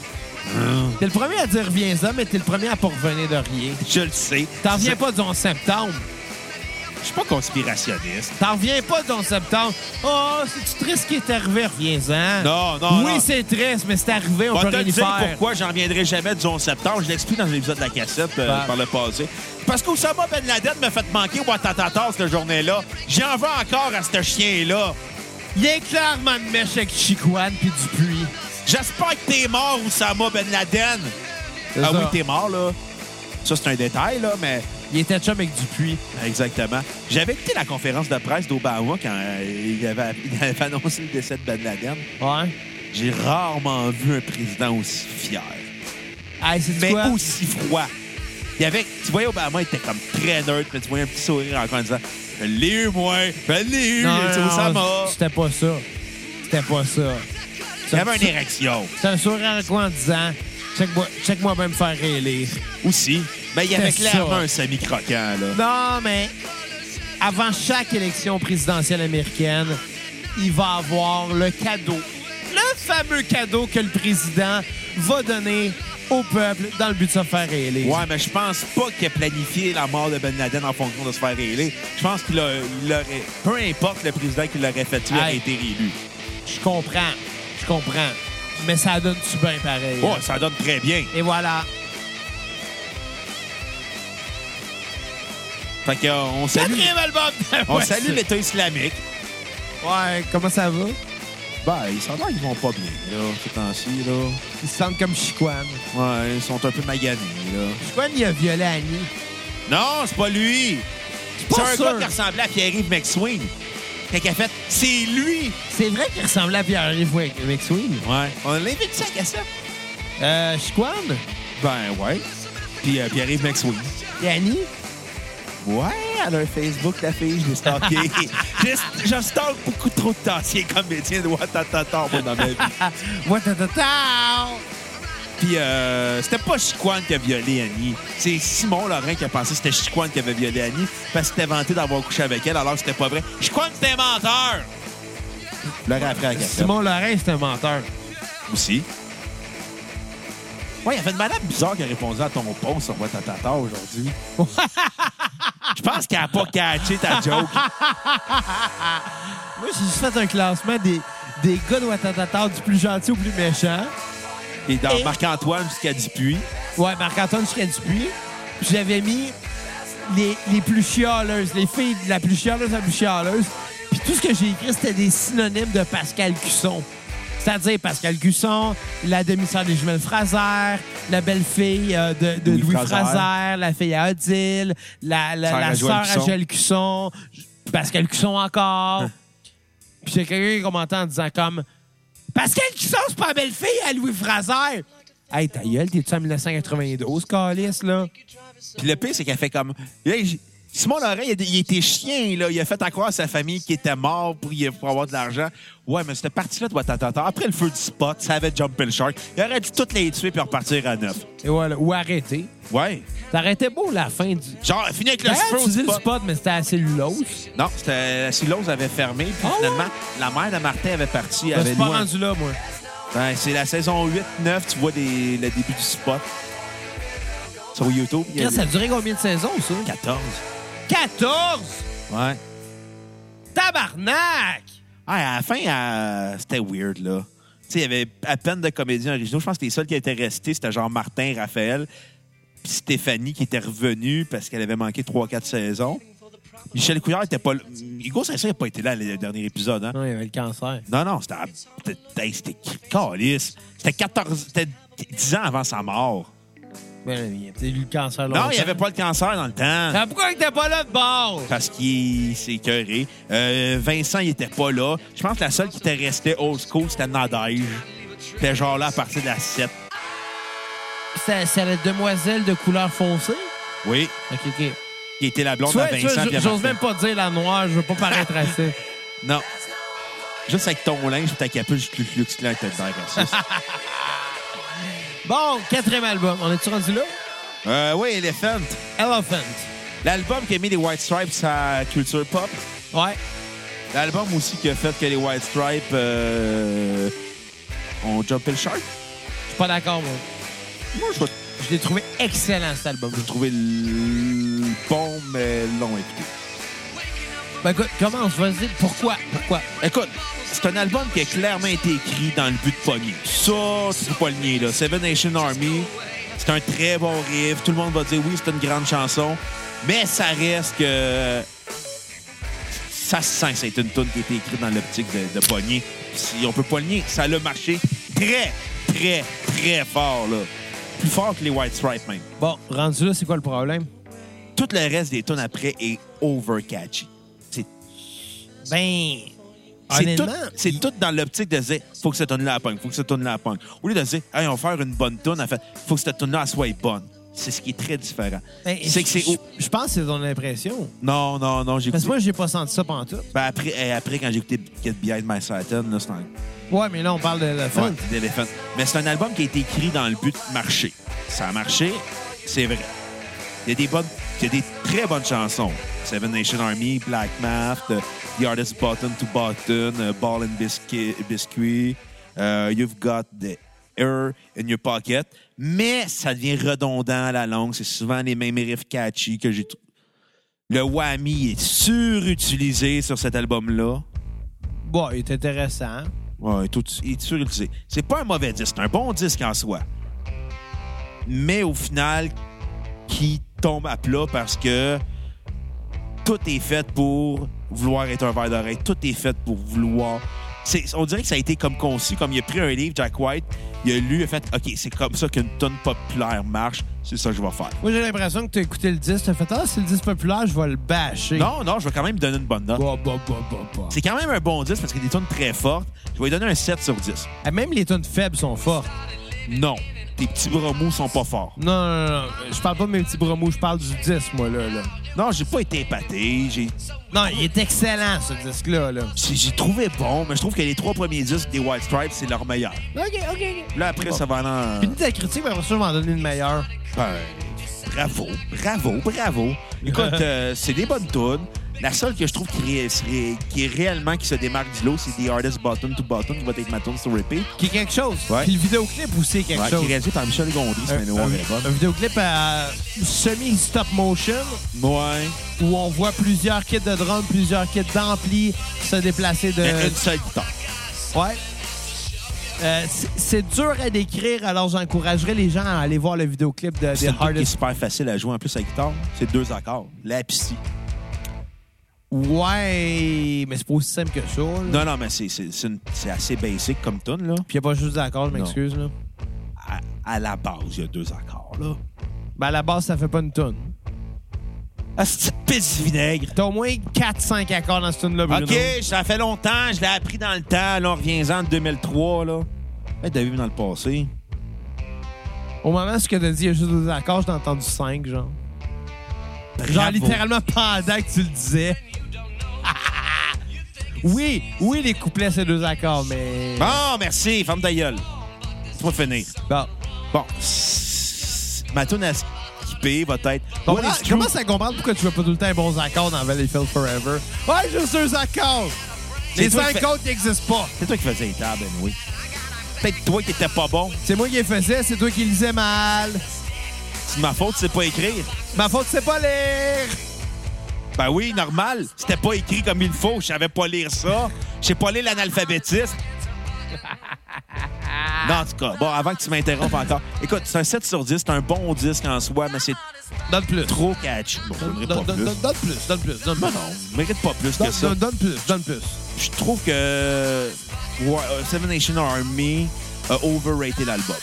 T'es le premier à dire reviens-en, mais t'es le premier à pas revenir de rien.
je le sais.
T'en reviens
C'est-
pas du 11 septembre.
Je suis pas conspirationniste.
T'en reviens pas dans septembre. Oh, c'est-tu triste qui est arrivé? Reviens-en.
Non, non,
Oui,
non.
c'est triste, mais c'est arrivé, on
On
peut
va te
rien y
dire
faire.
pourquoi j'en reviendrai jamais du 11 septembre. Je l'explique dans l'épisode de la cassette euh,
Bah.
par le passé. Parce qu'Oussama Ben Laden m'a fait manquer Watatata cette journée-là. J'en veux encore à ce chien-là.
Il est clairement de mèche avec Chicoine puis Dupuis.
J'espère que t'es mort, Oussama Ben Laden.
C'est
Ah
ça.
oui, t'es mort, là. Ça, c'est un détail, là, mais...
Il était chum avec Dupuis.
Exactement. J'avais écouté la conférence de presse d'Obama quand euh, il, avait, il avait annoncé le décès de Ben Laden.
Ouais.
J'ai rarement vu un président aussi fier.
Hey, c'est
mais
quoi?
aussi froid. Il y avait, tu voyais Obama, il était comme très neutre, mais tu voyais un petit sourire encore en disant Je l'ai eu, moi, je l'ai eu,
Non,
c'est
non, non,
Osama.
c'était pas ça. C'était pas ça.
Il avait une érection
C'est un sourire en quoi en disant check-moi check -moi me faire réélire.
aussi. Mais il y avait
C'était
clairement
ça.
un semi-croquant, là.
Non, mais avant chaque élection présidentielle américaine, il va avoir le cadeau. Le fameux cadeau que le président va donner au peuple dans le but de se faire élire.
Ouais, mais je pense pas qu'il a planifié la mort de Ben Laden en fonction de se faire réélire. Je pense qu'il a- il aurait. Peu importe le président qui l'aurait fait, il aurait
Hey.
été réélu.
Je comprends. Je comprends. Mais ça donne-tu bien pareil?
Ouais, ça donne très bien.
Et voilà.
Fait que, euh, on salue,
Quatrième album de
on
West.
salue l'État islamique.
Ouais, comment ça va?
Ben, ils s'en ils vont pas bien, là, ces temps-ci, là.
Ils se sentent comme Chiquan.
Ouais, ils sont un peu maganés, là.
Chiquan, il a violé Annie.
Non, c'est pas lui. C'est
pas
un
sûr.
gars qui ressemblait à Pierre-Yves McSween. Fait qu'elle a fait, c'est lui.
C'est vrai qu'il ressemblait à Pierre-Yves McSween.
Ouais. On l'invite ça à ça?
Euh, Chiquan?
Ben ouais. Puis euh, Pierre-Yves McSween.
Et Annie?
Ouais, elle a un Facebook, la fille, je l'ai stalké. je, je stalk beaucoup trop de tassiers comédiens de Watatata, moi, dans ma vie.
What the- the- the-
Puis euh, c'était pas Chicoine qui a violé Annie. C'est Simon Laurent qui a pensé que c'était Chicoine qui avait violé Annie parce qu'il était vanté d'avoir couché avec elle alors que c'était pas vrai. Chicoine, c'était un menteur! Laurent après la cassette.
Simon Lorrain, c'est un menteur.
aussi. Ouais, il y avait une madame bizarre qui a répondu à ton post sur Watatata aujourd'hui. Je pense qu'elle n'a pas catché ta joke.
Moi, j'ai juste fait un classement des, des gars de Watatata, du plus gentil au plus méchant.
Et dans
Et-
Marc-Antoine jusqu'à Dupuis.
Ouais, Marc-Antoine jusqu'à Dupuis. Puis J'avais mis les, les plus chialeuses, les filles de la plus chialeuse à la plus chialeuse. Puis tout ce que j'ai écrit, c'était des synonymes de Pascal Cusson. C'est-à-dire Pascal Cusson, la demi-sœur des jumelles Fraser, la belle-fille euh, de, de
Louis
Louis,
Fraser.
Fraser, la fille à Odile, la, la,
Sœur à
Euh, la sœur
Joël Cusson. Ah.
à Joël Cusson, Pascal Cusson encore. Puis j'ai quelqu'un qui commentait en disant comme Pascal Cusson, c'est pas la belle-fille à Louis Fraser. Hey, ta gueule, t'es-tu en 1992, Calis, là?
Puis le pire, c'est qu'elle fait comme. Hey, j- Simon Lorrain, il, a- il était chien, là. Il a fait à croire à sa famille qu'il était mort pour, y- pour avoir de l'argent. Ouais, mais cette partie-là de Watatata, après le feu du spot, ça avait Jump and Shark. Il aurait dû toutes les tuer puis repartir à neuf.
Et voilà, ou arrêter.
Ouais.
T'arrêtais beau la fin du.
Genre, fini avec le
D'ailleurs,
feu
Hein, tu
du
dis le
spot.
spot, mais c'était à cellulose.
Non, c'était la Silose avait fermé. Puis
Ah ouais?
finalement, la mère de Martin avait parti.
Je
avait
suis pas
loué un-
rendu là, moi.
Ben, c'est la saison 8-9, tu vois des- le début du spot. Sur YouTube, il y a
Chris, ça a duré combien de saisons, ça?
14.
14!
Ouais.
Tabarnak!
Ah, à la fin, euh, c'était weird, là. Tu sais, il y avait à peine de comédiens originaux. Je pense que les seuls qui étaient restés, c'était genre Martin, Raphaël, puis Stéphanie qui était revenue parce qu'elle avait manqué 3-4 saisons. Michel Couillard était pas là. Hugo Saint-Cyr n'a pas été là le dernier épisode, hein?
Non, il y avait le cancer.
Non, non, c'était... C'était hey, c'était calice. C'était 14... C'était 10 ans avant sa mort.
Ouais, Ben, il y a peut-être eu le cancer longtemps.
Non, il n'y avait pas le cancer dans le temps.
Ah, pourquoi il était pas là de bord?
parce qu'il s'est écœuré. Euh, Vincent, il était pas là. Je pense que la seule qui était restée old school, c'était Nadège. C'était genre là à partir de la 7.
C'est c'est la demoiselle de couleur foncée?
Oui.
Ok, ok.
Qui était la blonde
Tu vois,
à
tu vois,
ben, Vincent. puis à
j'ose
Martin.
même pas dire la noire, je veux pas paraître assez.
Non. Juste avec ton linge, ta capuche, tu te luxe là, t'as le dingue, raciste.
Bon, quatrième album. On est-tu rendu là?
Euh, oui, Elephant.
Elephant.
L'album qui a mis les White Stripes à culture pop.
Ouais.
L'album aussi qui a fait que les White Stripes euh, ont jumpé le shark.
Je suis pas d'accord, moi.
Moi, je vais
Je l'ai trouvé excellent, cet album.
trouver le bon, mais long écouté.
Ben écoute, commence, vas-y. Pourquoi? Pourquoi?
Écoute, c'est un album qui a clairement été écrit dans le but de pogner. Ça, tu peux pas le nier, là. Seven Nation Army, c'est un très bon riff. Tout le monde va dire oui, c'est une grande chanson. Mais ça reste que. Ça se sent que c'est une tune qui a été écrite dans l'optique de, de pogner. Si on peut pas le nier, ça a marché très, très, très fort, là. Plus fort que les White Stripes, même.
Bon, rendu là, c'est quoi le problème?
Tout le reste des tunes après est over catchy. C'est
Ben,
C'est tout,
honnêtement,
c'est tout dans l'optique de dire faut que cette tonne là pogne, faut que cette tonne là pogne. Au lieu de dire hey, on va faire une bonne tonne, en fait, faut que cette tonne là soit bonne. C'est ce qui est très différent.
ben,
c'est que c'est
je- Je pense que c'est ton impression.
Non, non, non, j'ai
Parce
écouté.
que moi, j'ai pas senti ça pendant tout.
Ben, après, eh, après, quand j'ai écouté Get Behind My Satan, là, c'est un
Ouais, mais là, on parle de Elephant.
Ouais, d'éléphant. Mais c'est un album qui a été écrit dans le but de marcher. Ça a marché, c'est vrai. Il y a des bonnes, il y a des très bonnes chansons. Seven Nation Army, Black Math, euh, The Artist Button to Button, euh, Ball and Biscuit, Biscuit euh, You've Got the Air in Your Pocket. Mais ça devient redondant à la longue. C'est souvent les mêmes riffs catchy que j'ai. trou- Le whammy est surutilisé sur cet album-là.
Bon, il est intéressant.
Ouais, tout, il est surutilisé. C'est pas un mauvais disque, c'est un bon disque en soi. Mais au final, qui tombe à plat parce que tout est fait pour vouloir être un verre d'oreille. Tout est fait pour vouloir. c'est- On dirait que ça a été comme conçu, comme il a pris un livre, Jack White, il a lu, il a fait OK, c'est comme ça qu'une tonne populaire marche, c'est ça que je vais faire.
Moi, j'ai l'impression que t'as écouté le disque, t'as fait « Ah, c'est le disque populaire, je vais le bâcher. »
Non, non, je vais quand même lui donner une bonne note.
Bah, bah, bah, bah, bah.
C'est quand même un bon disque parce qu'il y a des tonnes très fortes. Je vais lui donner un 7 sur 10.
Ah, Même les tunes faibles sont fortes.
Non, tes petits bras mous sont pas forts.
Non, non, non, non. Je parle pas de mes petits bras mous, je parle du disque, moi, là. là.
Non, j'ai pas été épaté. J'ai
Non, il est excellent, ce disque-là. Là.
j'ai- j'ai trouvé bon, mais je trouve que les trois premiers disques des White Stripes, c'est leur meilleur.
OK, OK, OK.
Là, après, ça va aller en...
Finis ta critique, mais après ça, je vais en donner une meilleure.
Ben, bravo, bravo, bravo. Écoute, euh, c'est des bonnes tunes. La seule que je trouve qui, ré- ré- qui est réellement qui se démarque du lot, c'est The Artist Button to Button qui va être ma tune sur repeat.
Qui est quelque chose.
Ouais.
Puis le vidéoclip aussi est quelque
Ouais, qui est
chose.
réalisé par Michel Gondry, c'est
Un,
un nouveau album.
un- un vidéoclip à semi-stop motion
Ouais.
où on voit plusieurs kits de drone, plusieurs kits d'ampli se déplacer de.
Mais une seule guitare.
Ouais. Euh, c'est- c'est dur à décrire, alors j'encouragerais les gens à aller voir le vidéoclip de
C'est
The
une tune qui est
Hardest.
super facile à jouer en plus à la guitare. C'est deux accords. La psy.
Ouais, mais c'est pas aussi simple que ça. là.
Non, non, mais c'est- c'est c'est une- c'est assez basic comme tune, là.
Puis y a pas juste d'accord, je m'excuse. là.
À, à la base, il y a deux accords, là.
Ben à la base, ça fait pas une tonne.
Ah, c'est une pisse vinaigre.
T'as au moins 4-5 accords dans cette tune-là, Bruno.
OK, ça fait longtemps, je l'ai appris dans le temps. Là, on revient-en de 2003, là. Hey, t'as vu dans le passé.
Au moment où ce que t'as dit, il y a juste deux accords, j'ai entendu 5, genre. Genre
Bravo.
littéralement pendant que tu le disais. oui, oui, les couplets, c'est deux accords, mais...
Bon, merci, ferme ta gueule. Laisse-moi finir.
Bon.
Bon, s- ma tune à skipper va être...
Bon,
What
là,
is
je
true-
commence à comprendre pourquoi tu veux pas tout le temps les bons accords dans Valleyfield Forever. Ouais, juste deux accords.
C'est
Les
toi
cinq
qui fais-
autres n'existent pas.
C'est toi qui faisais les tables, oui. Peut-être toi qui étais pas bon.
C'est moi qui les faisais, c'est toi qui lisais mal.
C'est de ma faute, c'est pas écrire.
Ma faute, c'est pas lire.
Ben oui, normal. C'était pas écrit comme il faut. Je savais pas lire ça. Je sais pas lire l'analphabétisme. Non, en tout cas, bon, avant que tu m'interrompes encore. Écoute, c'est un 7 sur 10. C'est un bon disque en soi, mais c'est
Donne plus.
trop catchy. Bon, je donnerai
Donne,
pas
donne-
plus.
donne- donne plus, donne plus, donne plus.
Non, non, je mérite pas plus que
Donne,
ça.
donne- donne plus, donne plus.
Je trouve que ouais, euh, Seven Nation Army a overrated l'album.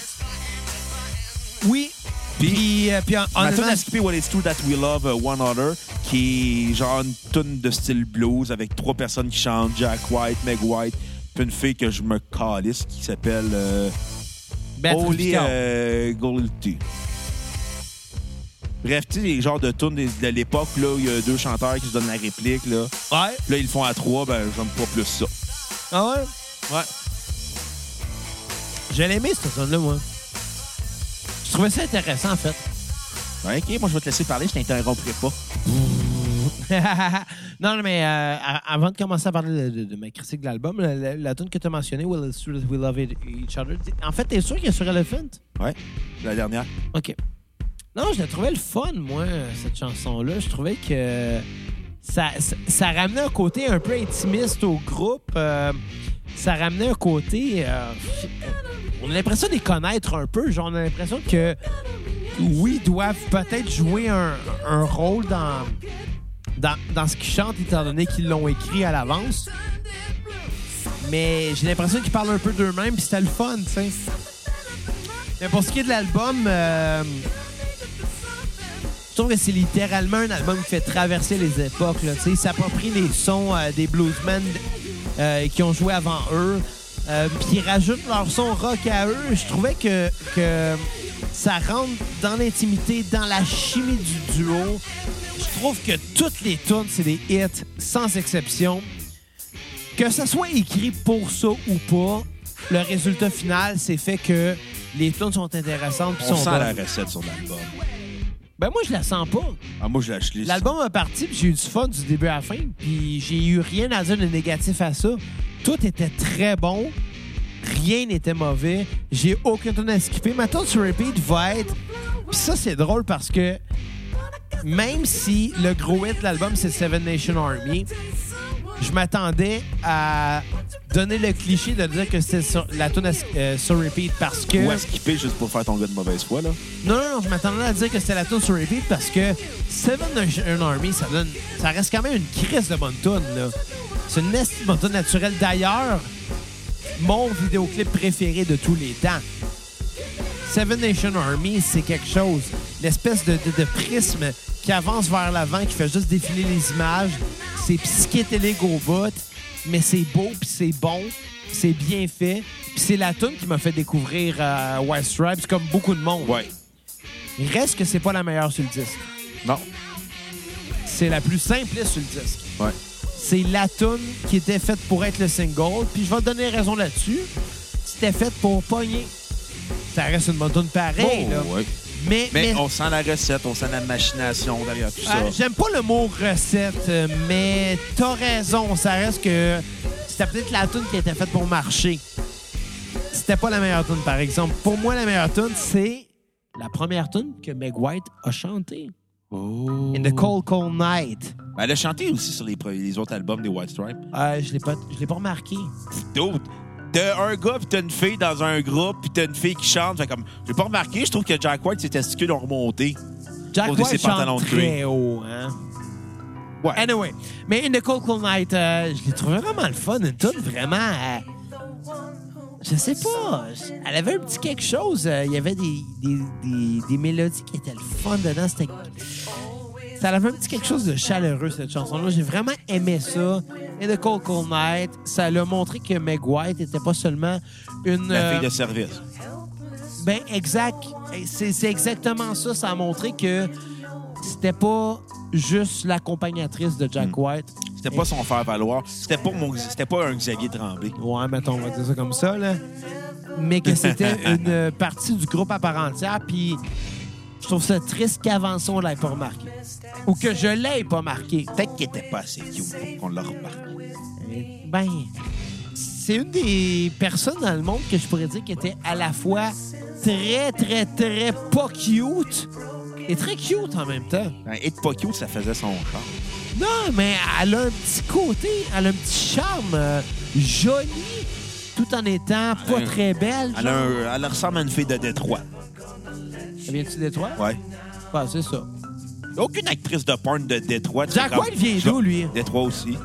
Oui. Puis, euh, puis en,
Ma tune
honnêtement,
à skipper, Well It's True That We Love uh, One Other, qui est genre une tune de style blues avec trois personnes qui chantent, Jack White, Meg White, puis une fille que je me calisse qui s'appelle euh,
Béatrice
Oli
Picard.
euh, Golty. Bref, tu sais, les genres de tunes des- de l'époque, là, où il y a deux chanteurs qui se donnent la réplique, là.
Ouais.
Puis Là, ils le font à trois, ben, j'aime pas plus ça.
Ah ouais?
Ouais.
J'ai aimé cette zone-là, moi. Je trouvais ça intéressant, en fait.
ok, moi, je vais te laisser parler, je t'interromprai pas.
non, non, mais euh, a- avant de commencer à parler de, de- de ma critique de l'album, la, la, la tune que tu as mentionnée, Will It's True That We Love Each Other, t'es- en fait, t'es sûr qu'elle est sur Elephant?
Ouais, la dernière.
OK. Non, je la trouvais le fun, moi, cette chanson-là. Je trouvais que ça, ça, ça ramenait un côté un peu intimiste au groupe. Euh, ça ramenait un côté... euh, on a l'impression de les connaître un peu. Genre, on a l'impression que, oui, ils doivent peut-être jouer un, un rôle dans, dans, dans ce qu'ils chantent, étant donné qu'ils l'ont écrit à l'avance. Mais j'ai l'impression qu'ils parlent un peu d'eux-mêmes, puis c'était le fun, tu sais. Mais pour ce qui est de l'album, euh, je trouve que c'est littéralement un album qui fait traverser les époques. Là, tu sais. il s'approprie les sons euh, des bluesmen euh, qui ont joué avant eux, euh, puis ils rajoutent leur son rock à eux. Je trouvais que, que ça rentre dans l'intimité, dans la chimie du duo. Je trouve que toutes les tunes, c'est des hits, sans exception. Que ça soit écrit pour ça ou pas, le résultat final, c'est fait que les tunes sont intéressantes puis
On
sont
sent
bonnes.
la recette sur l'album.
Ben moi, je la sens pas.
Ah, moi, je la je l'ai-
L'album a parti, puis j'ai eu du fun du début à la fin, puis j'ai eu rien à dire de négatif à ça. Tout était très bon, rien n'était mauvais, j'ai aucun ton à skipper. Ma tune sur repeat va être... Puis ça, c'est drôle parce que même si le gros hit de l'album, c'est Seven Nation Army, je m'attendais à donner le cliché de dire que c'était sur- la tune à sk- euh, sur repeat parce que...
Ou à skipper juste pour faire ton gars de mauvaise foi, là.
Non, non, non, je m'attendais à dire que c'était la tune sur repeat parce que Seven Nation Army, ça donne, ça reste quand même une crise de bonne tune, là. C'est une nasty bonne tune naturelle. D'ailleurs, mon vidéoclip préféré de tous les temps. Seven Nation Army, c'est quelque chose. L'espèce de, de- de prisme qui avance vers l'avant, qui fait juste défiler les images. C'est psychédélique au bout, mais c'est beau, puis c'est bon, puis c'est bien fait. Puis c'est la tune qui m'a fait découvrir euh, White Stripes, comme beaucoup de monde.
Ouais.
Il reste que c'est pas la meilleure sur le disque.
Non.
C'est la plus simpliste sur le disque.
Ouais.
C'est la tune qui était faite pour être le single. Puis je vais te donner raison là-dessus. C'était faite pour pogner. Ça reste une bonne tune pareille.
Oh,
là.
ouais.
Mais,
Mais
mais-
on sent la recette, on sent la machination derrière tout ça.
Ah, J'aime pas le mot recette, euh, mais t'as raison. Ça reste que c'était peut-être la tune qui était faite pour marcher. C'était pas la meilleure tune, par exemple. Pour moi, la meilleure tune, c'est la première tune que Meg White a chantée.
Oh.
In the Cold Cold Night.
Ben, elle a chanté aussi sur les, pre- les autres albums des White Stripes.
Euh, je l'ai pas, je l'ai pas remarqué.
D'autres. T'as un gars, puis t'as une fille dans un groupe, puis t'as une fille qui chante. Fait comme, j'ai pas remarqué, je trouve que Jack White, ses testicules ont remonté.
Jack
Posez ses
White
pantalons
chante
de
très haut, hein?
Ouais.
Anyway, mais In the Cold Cold Night, euh, je l'ai trouvé vraiment le fun. Une tune vraiment... euh, je sais pas. je- Elle avait un petit quelque chose. euh, Il y avait des, des, des, des mélodies qui étaient le fun dedans. C'était... Ça avait un petit quelque chose de chaleureux, cette chanson-là. J'ai vraiment aimé ça. In the Cold Cold Night, ça l'a montré que Meg White n'était pas seulement une...
La
euh,
fille de service.
ben, exact. Et C'est c'est exactement ça. Ça a montré que c'était pas juste l'accompagnatrice de Jack White.
Hmm. C'était pas son faire-valoir. C'était pas, mon- c'était pas un Xavier Tremblay.
Ouais, mettons, on va dire ça comme ça, là. Mais que c'était une euh, partie du groupe à part entière. Puis je trouve ça triste qu'avant ça, on l'ait pas remarqué. Ou que je l'ai pas marqué.
Peut-être qu'il était pas assez cute pour qu'on le remarque.
Ben, c'est une des personnes dans le monde que je pourrais dire qui était à la fois très, très, très pas cute et très cute en même temps.
Et de Ben, pas cute, ça faisait son charme.
Non, mais elle a un petit côté, elle a un petit charme euh, joli, tout en étant pas
un-
très belle.
Elle, a un- elle ressemble à une fille de Détroit.
Viens-tu de toi?
Ouais.
Ah, c'est ça.
Aucune actrice de porn de Détroit. tu
Jack
sais, comme-
White vient d'où, lui?
Détroit aussi.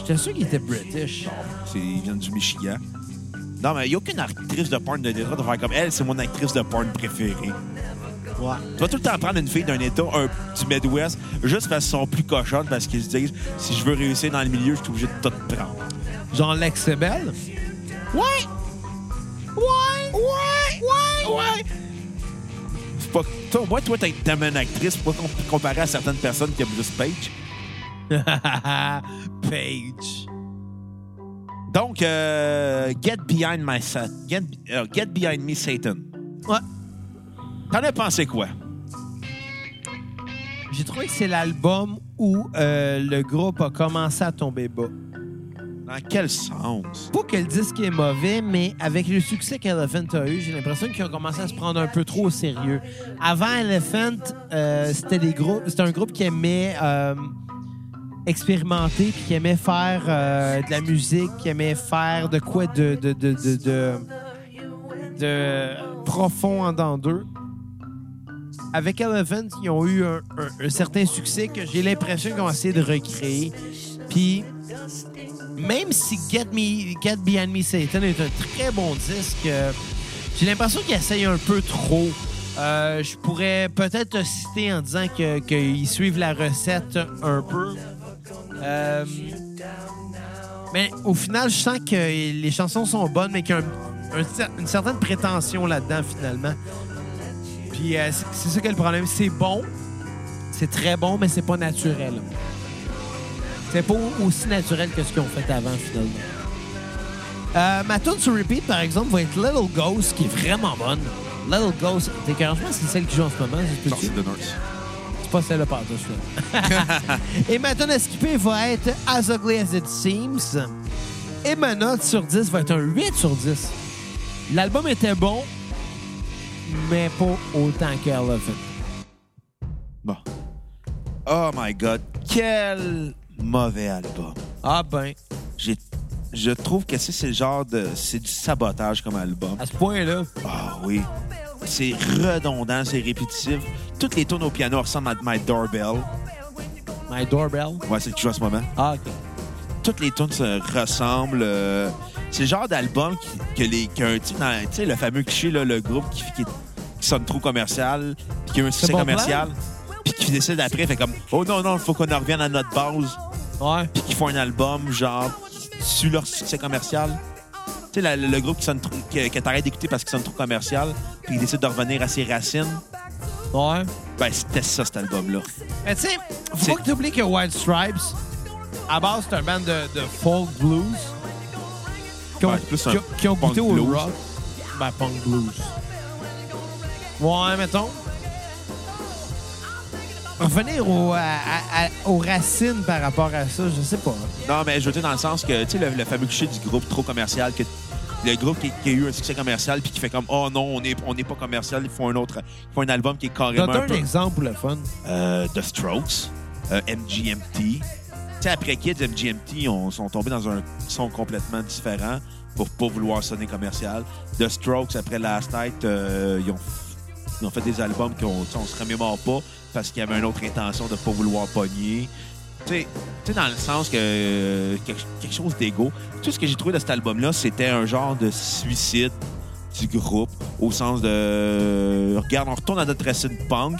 J'étais sûr qu'il était british.
C'est- Ils viennent du Michigan. Non, mais il n'y a aucune actrice de porn de Détroit de faire comme elle, c'est mon actrice de porn préférée.
Ouais.
Tu vas tout le temps prendre une fille d'un État un, du Midwest juste parce qu'elles sont plus cochonnes, parce qu'ils se disent si je veux réussir dans le milieu, je suis obligé de tout prendre.
Genre, l'ex est belle.
Ouais! Ouais! Ouais! Ouais! Ouais! C'est pas. Toi, moi, toi, t'es t'aimes une actrice, pas com- comparé à certaines personnes qui aiment juste Paige.
Paige.
Donc, euh, Get Behind My Satan. Get, euh, Get Behind Me Satan.
Ouais.
T'en as pensé quoi?
J'ai trouvé que c'est l'album où euh, le groupe a commencé à tomber bas.
Dans quel sens?
Pas que le disque est mauvais, mais avec le succès qu'Elephant a eu, j'ai l'impression qu'ils ont commencé à se prendre un peu trop au sérieux. Avant Elephant, euh, c'était des groupes, c'était un groupe qui aimait euh, expérimenter, puis qui aimait faire euh, de la musique, qui aimait faire de quoi de de de de, de, de profond en dans d'eux. Avec Elephant, ils ont eu un, un- un certain succès que j'ai l'impression qu'ils ont essayé de recréer. Puis même si Get, Me, Get Behind Me Satan est un très bon disque, euh, j'ai l'impression qu'il essaye un peu trop. Euh, je pourrais peut-être te citer en disant que- qu'ils suivent la recette un peu. Euh, mais au final, je sens que les chansons sont bonnes, mais qu'il y a un- un cer- une certaine prétention là-dedans, finalement. Puis euh, c'est- c'est ça qui est le problème. C'est bon, c'est très bon, mais c'est pas naturel. C'est pas aussi naturel que ce qu'ils ont fait avant, finalement. Euh, ma tune sur repeat, par exemple, va être Little Ghost, qui est vraiment bonne. Little Ghost, t'es carrément, c'est celle qui joue en ce moment. c'est tout de suite.
de Nurse.
C'est pas celle-là, pardon, celui-là. Et ma tune à skipper va être As Ugly As It Seems. Et ma note sur 10 va être un 8 sur 10. L'album était bon, mais pas autant que Elephant.
Bon. Oh my God, quel mauvais album.
Ah ben,
J'ai- Je trouve que c'est c'est le genre de... C'est du sabotage comme album.
à ce point-là,
Ah oui. C'est redondant, c'est répétitif. Toutes les tournes au piano ressemblent à My Doorbell.
My Doorbell.
Ouais, c'est le qui joue en ce moment.
Ah, OK.
Toutes les tunes se ressemblent. euh, c'est le genre d'album qui- que les qu'un type dans- tu sais le fameux cliché là, le groupe qui, qui- qui sonne trop commercial, puis qui a eu un succès
bon
commercial, puis qui décide après fait comme oh non non, faut qu'on en revienne à notre base,
Ouais.
puis qui font un album genre sur leur succès commercial. Tu sais la- le groupe qui sonne trop, que, que t'arrêtes d'écouter parce qu'il sonne trop commercial, puis il décide de revenir à ses racines.
Ouais.
Ben, c'était ça, cet album-là.
Mais tu sais,
C'est-
faut pas que t'oublies que White Stripes, à base, c'est un band de, de folk blues qui ont,
Ouais, c'est plus un
qui ont- qui ont
punk
goûté au
blues.
rock. Ben, punk blues. Ouais, mettons. Revenir au- à- à- à- aux racines par rapport à ça, je sais pas.
Non, mais je veux dire dans le sens que, tu sais, le, le fameux cliché du groupe trop commercial, que le groupe qui, qui a eu un succès commercial puis qui fait comme, oh non, on n'est on n'est pas commercial, ils font un autre, ils font un album qui est carrément
Donne-toi
un
un
peu...
exemple pour le fun.
Euh, The Strokes, euh, MGMT. Tu sais, après Kids, MGMT on, sont tombés dans un son complètement différent pour pas vouloir sonner commercial. The Strokes, après Last Night, euh, ils, ont, ils ont fait des albums qu'on tu sais, on se remémore pas parce qu'il y avait une autre intention de pas vouloir pogner. Tu sais- tu sais, dans le sens que euh, quelque, quelque chose d'ego. Tout ce que j'ai trouvé de cet album-là, c'était un genre de suicide du groupe au sens de regarde, on retourne à notre racine punk,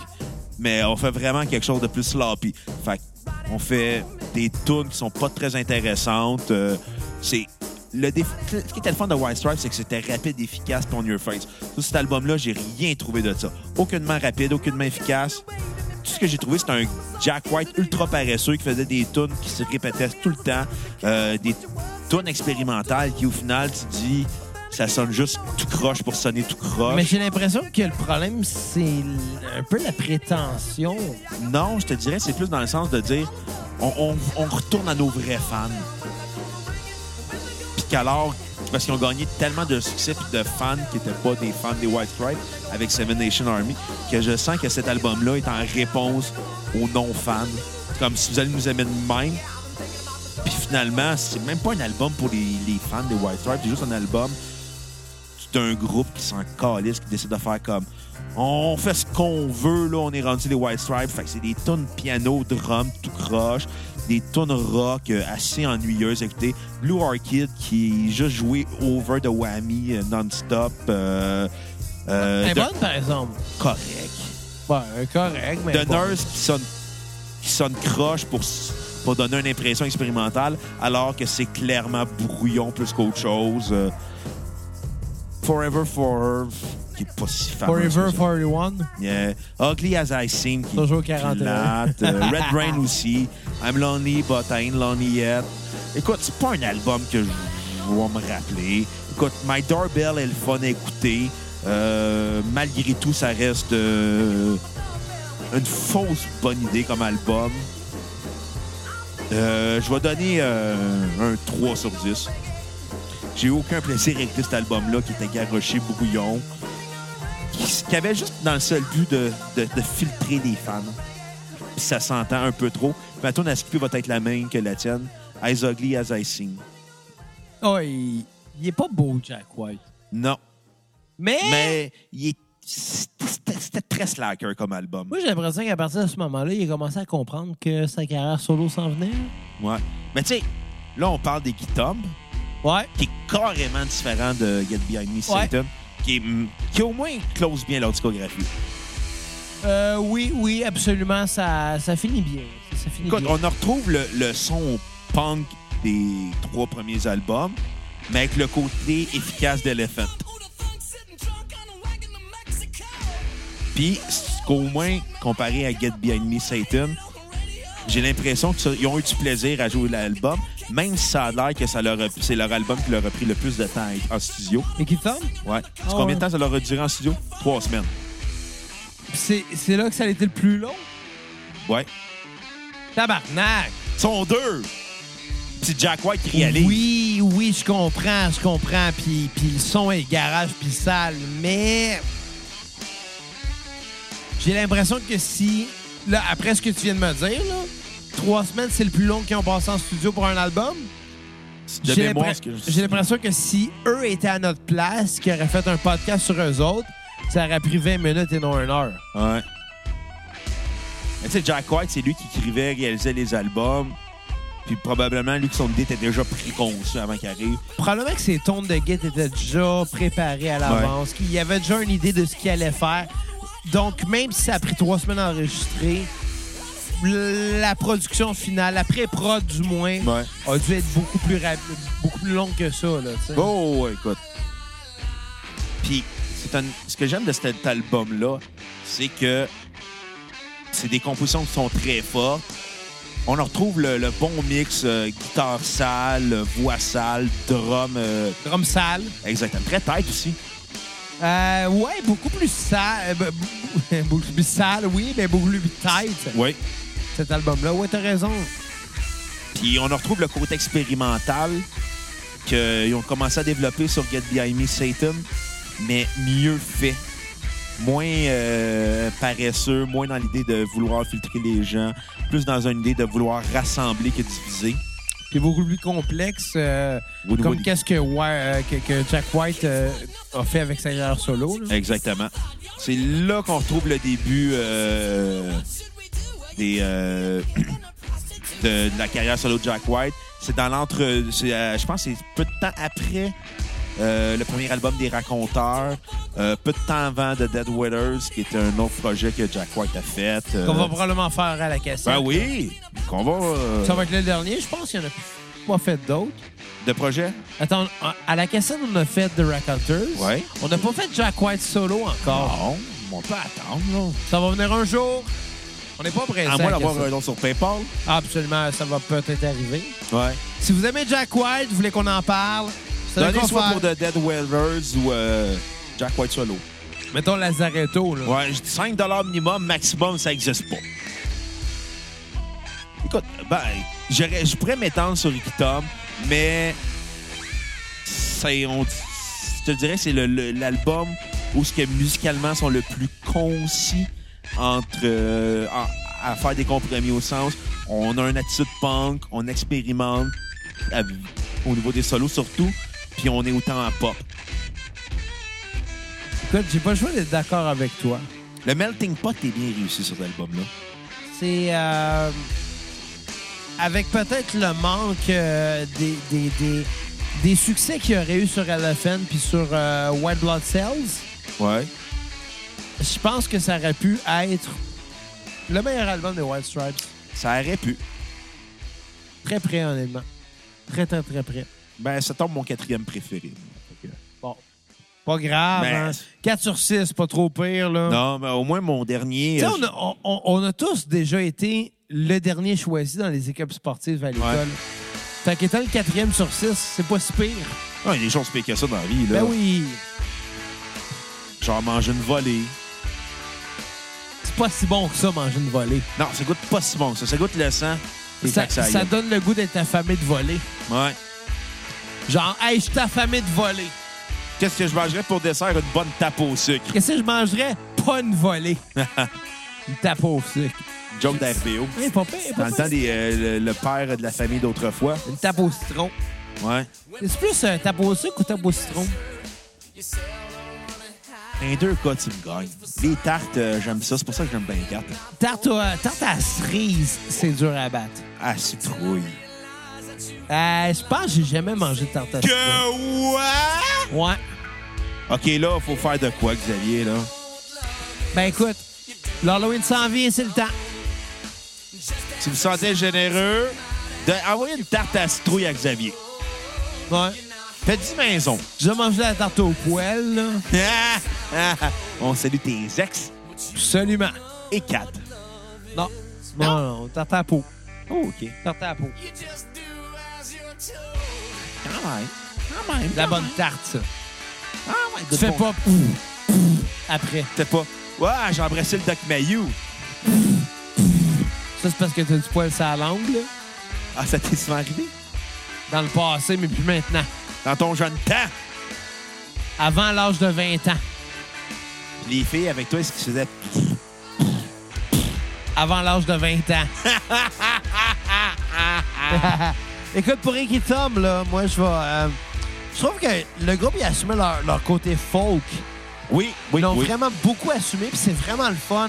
mais on fait vraiment quelque chose de plus sloppy. Fait que on fait des tunes qui sont pas très intéressantes. Euh, c'est le déf- ce qui était le fun de White Stripes, c'est que c'était rapide, efficace, puis on your face. Sur cet album-là, j'ai rien trouvé de ça. Aucunement rapide, aucunement efficace. Tout ce que j'ai trouvé, c'était un Jack White ultra paresseux qui faisait des tunes qui se répétaient tout le temps, euh, des tunes expérimentales qui, au final, tu dis, ça sonne juste tout croche pour sonner tout croche.
Mais j'ai l'impression que le problème, c'est l- un peu la prétention.
Non, je te dirais, c'est plus dans le sens de dire on, on- on retourne à nos vrais fans. Puis qu'alors, parce qu'ils ont gagné tellement de succès puis de fans qui n'étaient pas des fans des White Stripes avec Seven Nation Army, que je sens que cet album-là est en réponse aux non-fans. Comme si vous allez nous aimer de même. Puis finalement, c'est même pas un album pour les, les fans des White Stripes, c'est juste un album d'un groupe qui s'en calisse, qui décide de faire comme on fait ce qu'on veut, là, on est rendu les White Stripes. Fait que c'est des tonnes piano, drum, tout croche, des tonnes rock euh, assez ennuyeuses. Écoutez, Blue Orchid qui est juste joué over de whammy euh, non-stop. Euh, euh,
Elle est
de-
bonne, par exemple.
Correct.
Bon, correct, mais.
The
bon.
Nurse qui sonne, qui sonne croche pour, s- pour donner une impression expérimentale, alors que c'est clairement brouillon plus qu'autre chose. Euh, Forever For Her, qui est pas si fameux.
Forever
ça.
41.
Yeah. Euh, Ugly As I Seem, qui est
Toujours 41.
plate. Euh, Red Rain aussi. I'm Lonely, But I Ain't Lonely Yet. Écoute, c'est pas un album que je je vais me rappeler. Écoute, My Doorbell est le fun à écouter. Euh, malgré tout, ça reste... euh, une fausse bonne idée comme album. Euh, je vais donner euh, un 3 sur 10. J'ai eu aucun plaisir avec cet album-là qui était garoché, brouillon, qui, qui avait juste dans le seul but de, de- de filtrer les fans. Puis ça s'entend un peu trop. Ma tourne à skipper va être la même que la tienne. As ugly as I seem.
Oh, il... il est pas beau, Jack White.
Non,
Mais.
mais il est- c'était c'était très slacker comme album.
Moi, j'ai l'impression qu'à partir de ce moment-là, il a commencé à comprendre que sa carrière solo s'en venait.
Ouais. Mais tu sais, là, on parle des guitares.
Ouais.
qui est carrément différent de Get Behind Me Satan, qui, est, mm, qui au moins close bien leur discographie.
Euh, oui, oui, absolument. Ça, ça finit bien. Ça, ça finit
Écoute,
bien.
on en retrouve le, le son punk des trois premiers albums, mais avec le côté efficace d'Elephant. Puis, ce qu'au moins, comparé à Get Behind Me Satan, j'ai l'impression qu'ils ont eu du plaisir à jouer l'album, même si ça a l'air que ça leur a- c'est leur album qui leur a pris le plus de temps à- en studio.
Et qui tombe?
Ouais. Tu sais
Ah
combien
ouais.
de temps ça leur a duré en studio? Trois semaines.
C'est c'est là que ça a été le plus long.
Ouais.
Tabarnak!
sont deux. Puis Jack White qui réalise.
Oui, oui, je comprends, je comprends. Puis, puis le son est garage puis sale, mais j'ai l'impression que si, là, après ce que tu viens de me dire, là, trois semaines, c'est le plus long qu'ils ont passé en studio pour un album.
de
J'ai
mémoire.
l'impre-
ce que je-
J'ai l'impression que si eux étaient à notre place, qu'ils auraient fait un podcast sur eux autres, ça aurait pris 20 minutes et non une heure.
Ouais. Mais tu sais, Jack White, c'est lui qui écrivait, réalisait les albums. Puis probablement, lui, que son idée était déjà préconçue avant qu'il arrive.
Probablement que ses tonnes de Git étaient déjà préparées à l'avance, qu'il y avait déjà une idée de ce qu'il allait faire. Donc, même si ça a pris trois semaines à enregistrer, la production finale, la pré-prod du moins,
Ouais.
a dû être beaucoup plus rapide, beaucoup plus longue que ça. Là, tu sais.
Oh, ouais, écoute. Puis, c'est un- ce que j'aime de cet album-là, c'est que c'est des compositions qui sont très fortes. On en retrouve le, le bon mix euh, guitare sale, voix sale, drum euh,
Drum sale.
Exactement. Très tête aussi.
Euh, ouais, beaucoup plus sale. euh, b- Beaucoup plus sale, oui, mais beaucoup plus tight,
Oui.
cet album-là. Ouais, t'as raison.
Puis on retrouve le côté expérimental qu'ils ont commencé à développer sur Get Behind Me Satan, mais mieux fait. Moins euh, paresseux, moins dans l'idée de vouloir filtrer les gens, plus dans une idée de vouloir rassembler que diviser.
C'est beaucoup plus complexe, euh,
Woody
comme
Woody.
qu'est-ce que, Wa- euh, que- que Jack White euh, a fait avec sa guerre solo. là.
Exactement. C'est là qu'on retrouve le début euh, des, euh, de, de la carrière solo de Jack White. C'est dans l'entre. c'est, euh, je pense que c'est peu de temps après euh, le premier album des Raconteurs, euh, peu de temps avant de Dead Weathers, qui est un autre projet que Jack White a fait. euh,
Qu'on va probablement faire à la cassette.
ben oui, qu'on va. euh,
Ça va être le dernier, je pense qu'il y en a pas fait d'autres.
de projet?
Attends, à- à la cassette, on a fait The Rack Hunters.
Ouais.
On n'a pas fait Jack White solo encore.
Non, on peut attendre. là.
Ça va venir un jour. On n'est pas pressé.
À
la
moins d'avoir
cassette.
un nom sur PayPal.
Ah, Absolument, ça va peut-être arriver.
Ouais.
Si vous aimez Jack White, vous voulez qu'on en parle, vous savez
Donnez
quoi
soit
faire.
pour The Dead Weathers ou euh, Jack White solo.
Mettons Lazaretto, là.
Ouais, je dis 5 minimum, maximum, ça n'existe pas. Écoute, ben, j'aurais- je pourrais m'étendre sur Ikitom, mais c'est, on, je te dirais que c'est le- le- l'album où ce que musicalement sont le plus concis entre euh, en- à faire des compromis au sens. On a une attitude punk, on expérimente à- au niveau des solos surtout, puis on est autant en pop.
Écoute, j'ai pas le choix d'être d'accord avec toi.
Le melting pot est bien réussi sur cet album-là.
C'est. euh, avec peut-être le manque euh, des, des, des, des succès qu'il y aurait eu sur Elephant puis sur euh, White Blood Cells.
Ouais.
Je pense que ça aurait pu être le meilleur album des White Stripes.
Ça aurait pu.
Très près, honnêtement. Très, très, très près.
Ben, ça tombe mon quatrième préféré. Fait que-
Bon. Pas grave.
Ben,
hein. 4 sur 6, pas trop pire, là.
Non, mais au moins mon dernier.
Tu sais,
euh,
on a, on- on- on a tous déjà été le dernier choisi dans les équipes sportives à l'école.
Ouais.
Fait qu'étant le quatrième sur 6, c'est pas si pire.
ah, il y a des choses pires que ça dans la vie. Là.
Ben oui,
Genre manger une volée.
c'est pas si bon que ça, manger une volée.
Non, ça goûte pas si bon que ça. Ça goûte le sang. Et fait
Ça,
que ça,
ça
aille.
donne le goût d'être affamé de voler.
Ouais.
Genre, hey, je suis affamé de voler.
Qu'est-ce que je mangerais pour dessert? Une bonne tape au sucre.
Qu'est-ce que je mangerais? Pas une volée. une tape au sucre.
Joke d'RBO.
Hey, pas pire,
Dans
pas
le
pire.
temps des euh, le, le père de la famille d'autrefois.
Une tape au citron.
Ouais.
C'est plus un tape au sucre ou tape au citron?
Dans les deux cas, tu me gagnes. Les tartes, euh, j'aime ça. C'est pour ça que j'aime bien les tartes.
Tarte, à- tarte à cerise, c'est dur à battre.
À citrouille.
Euh, je pense que j'ai jamais mangé de tarte à citron.
Que ouais?
Ouais.
OK, là, faut faire de quoi, Xavier, là?
Ben écoute, l'Halloween s'en vient, c'est le temps.
Si vous sentez généreux, de... envoyez une tarte à citrouille à Xavier.
Ouais.
Faites 10 maisons.
J'ai déjà mangé la tarte au poêle, là.
Ah! Ah! On salue tes ex
Absolument.
et quatre.
Non. Non, non, tarte à la peau.
Oh, OK.
Tarte à la peau.
Quand même. Quand même.
La bonne tarte, ça.
Ah, ouais,
Tu fais pas pouf, pouf après.
Tu fais pas. Ouais, j'ai embrassé le Doc Mayou.
Ça, c'est parce que t'as du poêle sur la langue, là.
Ah, ça t'est souvent arrivé?
Dans le passé, mais plus maintenant.
Dans ton jeune temps,
Avant l'âge de 20 ans.
les filles avec toi, est-ce qu'ils se faisaient.
Avant l'âge de 20 ans. Écoute, pour Ricky Tom, là, moi, je vais... euh, je trouve que le groupe, il a assumé leur, leur côté folk.
Oui, oui,
Ils l'ont
oui.
vraiment beaucoup assumé, puis c'est vraiment le fun.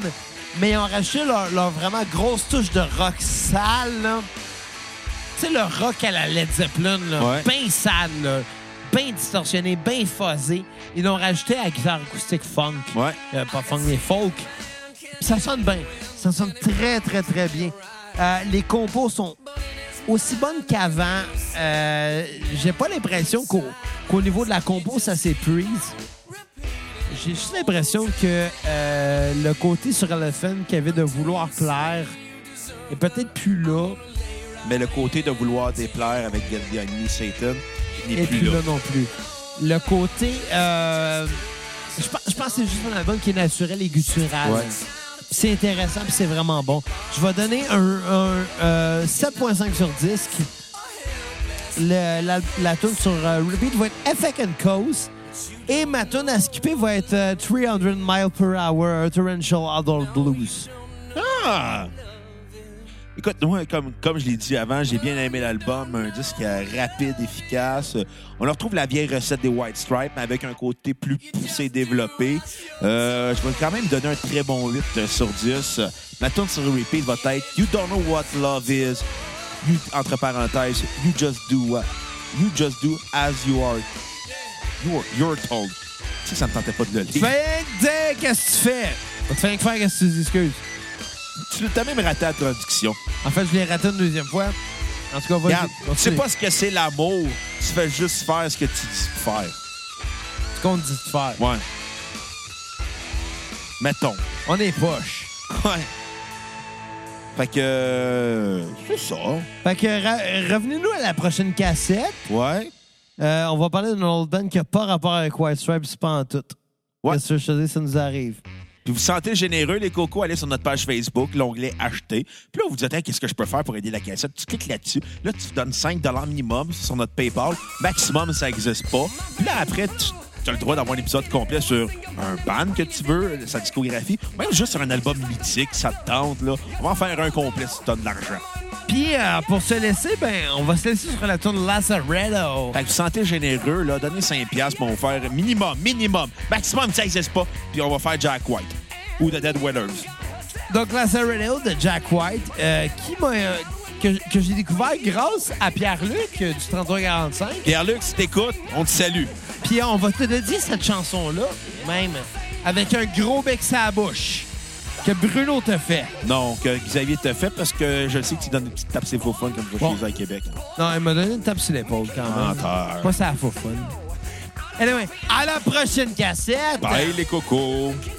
Mais ils ont racheté leur, leur vraiment grosse touche de rock sale, là. Tu sais, le rock à la Led Zeppelin, là.
Ouais.
Bien sale, là. Bien distorsionné, bien phasé. Ils l'ont rajouté à la guitare acoustique funk.
Ouais.
Euh, pas funk, mais folk. Puis ça sonne bien. Ça sonne très, très, très bien. Euh, les compos sont aussi bonnes qu'avant. Euh, J'ai pas l'impression qu'au qu'au niveau de la compo, ça s'épuise. J'ai juste l'impression que euh, le côté sur Elephant qu'il y avait de vouloir plaire est peut-être plus là
Mais le côté de vouloir déplaire avec Get Behind Me, Satan, il
et
n'est plus
plus
là.
là non plus. Le côté, euh, je pense que c'est juste un album qui est naturel et guttural.
Ouais.
Puis C'est intéressant, puis c'est vraiment bon. Je vais donner un, un, euh, 7.5 sur 10. Le- la, la tune sur euh, Repeat va être Effect and Cause. Et ma tune à skipper va être euh, 300 Miles Per Hour, A Torrential Adult Blues.
Ah! Écoute, nous, comme, comme je l'ai dit avant, j'ai bien aimé l'album, un disque euh, rapide, efficace. Euh, On le retrouve la vieille recette des White Stripes, mais avec un côté plus poussé, développé. Euh, je vais quand même donner un très bon 8 sur 10. Ma tune sur repeat va être You Don't Know What Love Is, You- entre parenthèses, You Just Do What, You Just Do As You Are, You're, you're Told. Tu sais, ça me tentait pas de le lire.
Fais dès qu'est-ce que tu fais? Tu fais rien que faire, qu'est-ce que tu dis, excuse?
Tu l'as même raté à la traduction.
En fait, je l'ai raté une deuxième fois. En tout cas, on va
Regarde, tu sais pas ce que c'est l'amour. Tu fais juste faire ce que tu dis de faire.
ce qu'on te dit de faire.
Ouais. Mettons.
On est poche.
Ouais. Fait que. euh, C'est ça.
Fait que re- revenez-nous à la prochaine cassette.
Ouais.
Euh, on va parler d'une old band qui n'a pas rapport avec White Stripes, c'est pas en tout.
Ouais.
Qu'est-ce que je te dis, ça nous arrive.
Puis vous sentez généreux, les cocos, allez sur notre page Facebook, l'onglet Acheter. Puis là, vous dites, Hey, qu'est-ce que je peux faire pour aider la cassette? Tu cliques là-dessus. Là, tu donnes 5 minimum sur notre PayPal. Maximum, ça n'existe pas. Puis là, après, tu as le droit d'avoir un épisode complet sur un band que tu veux, sa discographie, même juste sur un album mythique, ça te tente. Là. On va en faire un complet si tu donnes de l'argent.
Puis euh, pour se laisser, ben, on va se laisser sur la tourne Lazaretto.
Fait que vous sentez généreux, là, donnez 5 piastres, puis on va faire minimum, minimum, maximum, ça n'existe pas. Puis on va faire Jack White ou The Dead Weathers.
Donc Lazaretto de Jack White, euh, qui m'a, euh, que, que j'ai découvert grâce à Pierre-Luc euh, du 3345.
Pierre-Luc, si t'écoutes, on te salue.
Puis on va te dédier cette chanson-là, même, avec un gros bec à bouche que Bruno te fait.
Non, que euh, Xavier te fait parce que je sais que tu donnes des petites tapes ses faux fun comme je
Bon.
chez eux à Québec.
Non, elle m'a donné une tape sur l'épaule quand même.
Menteur.
Pas ça la fun. Anyway, à la prochaine cassette.
Bye les cocos!
Oh. Oh.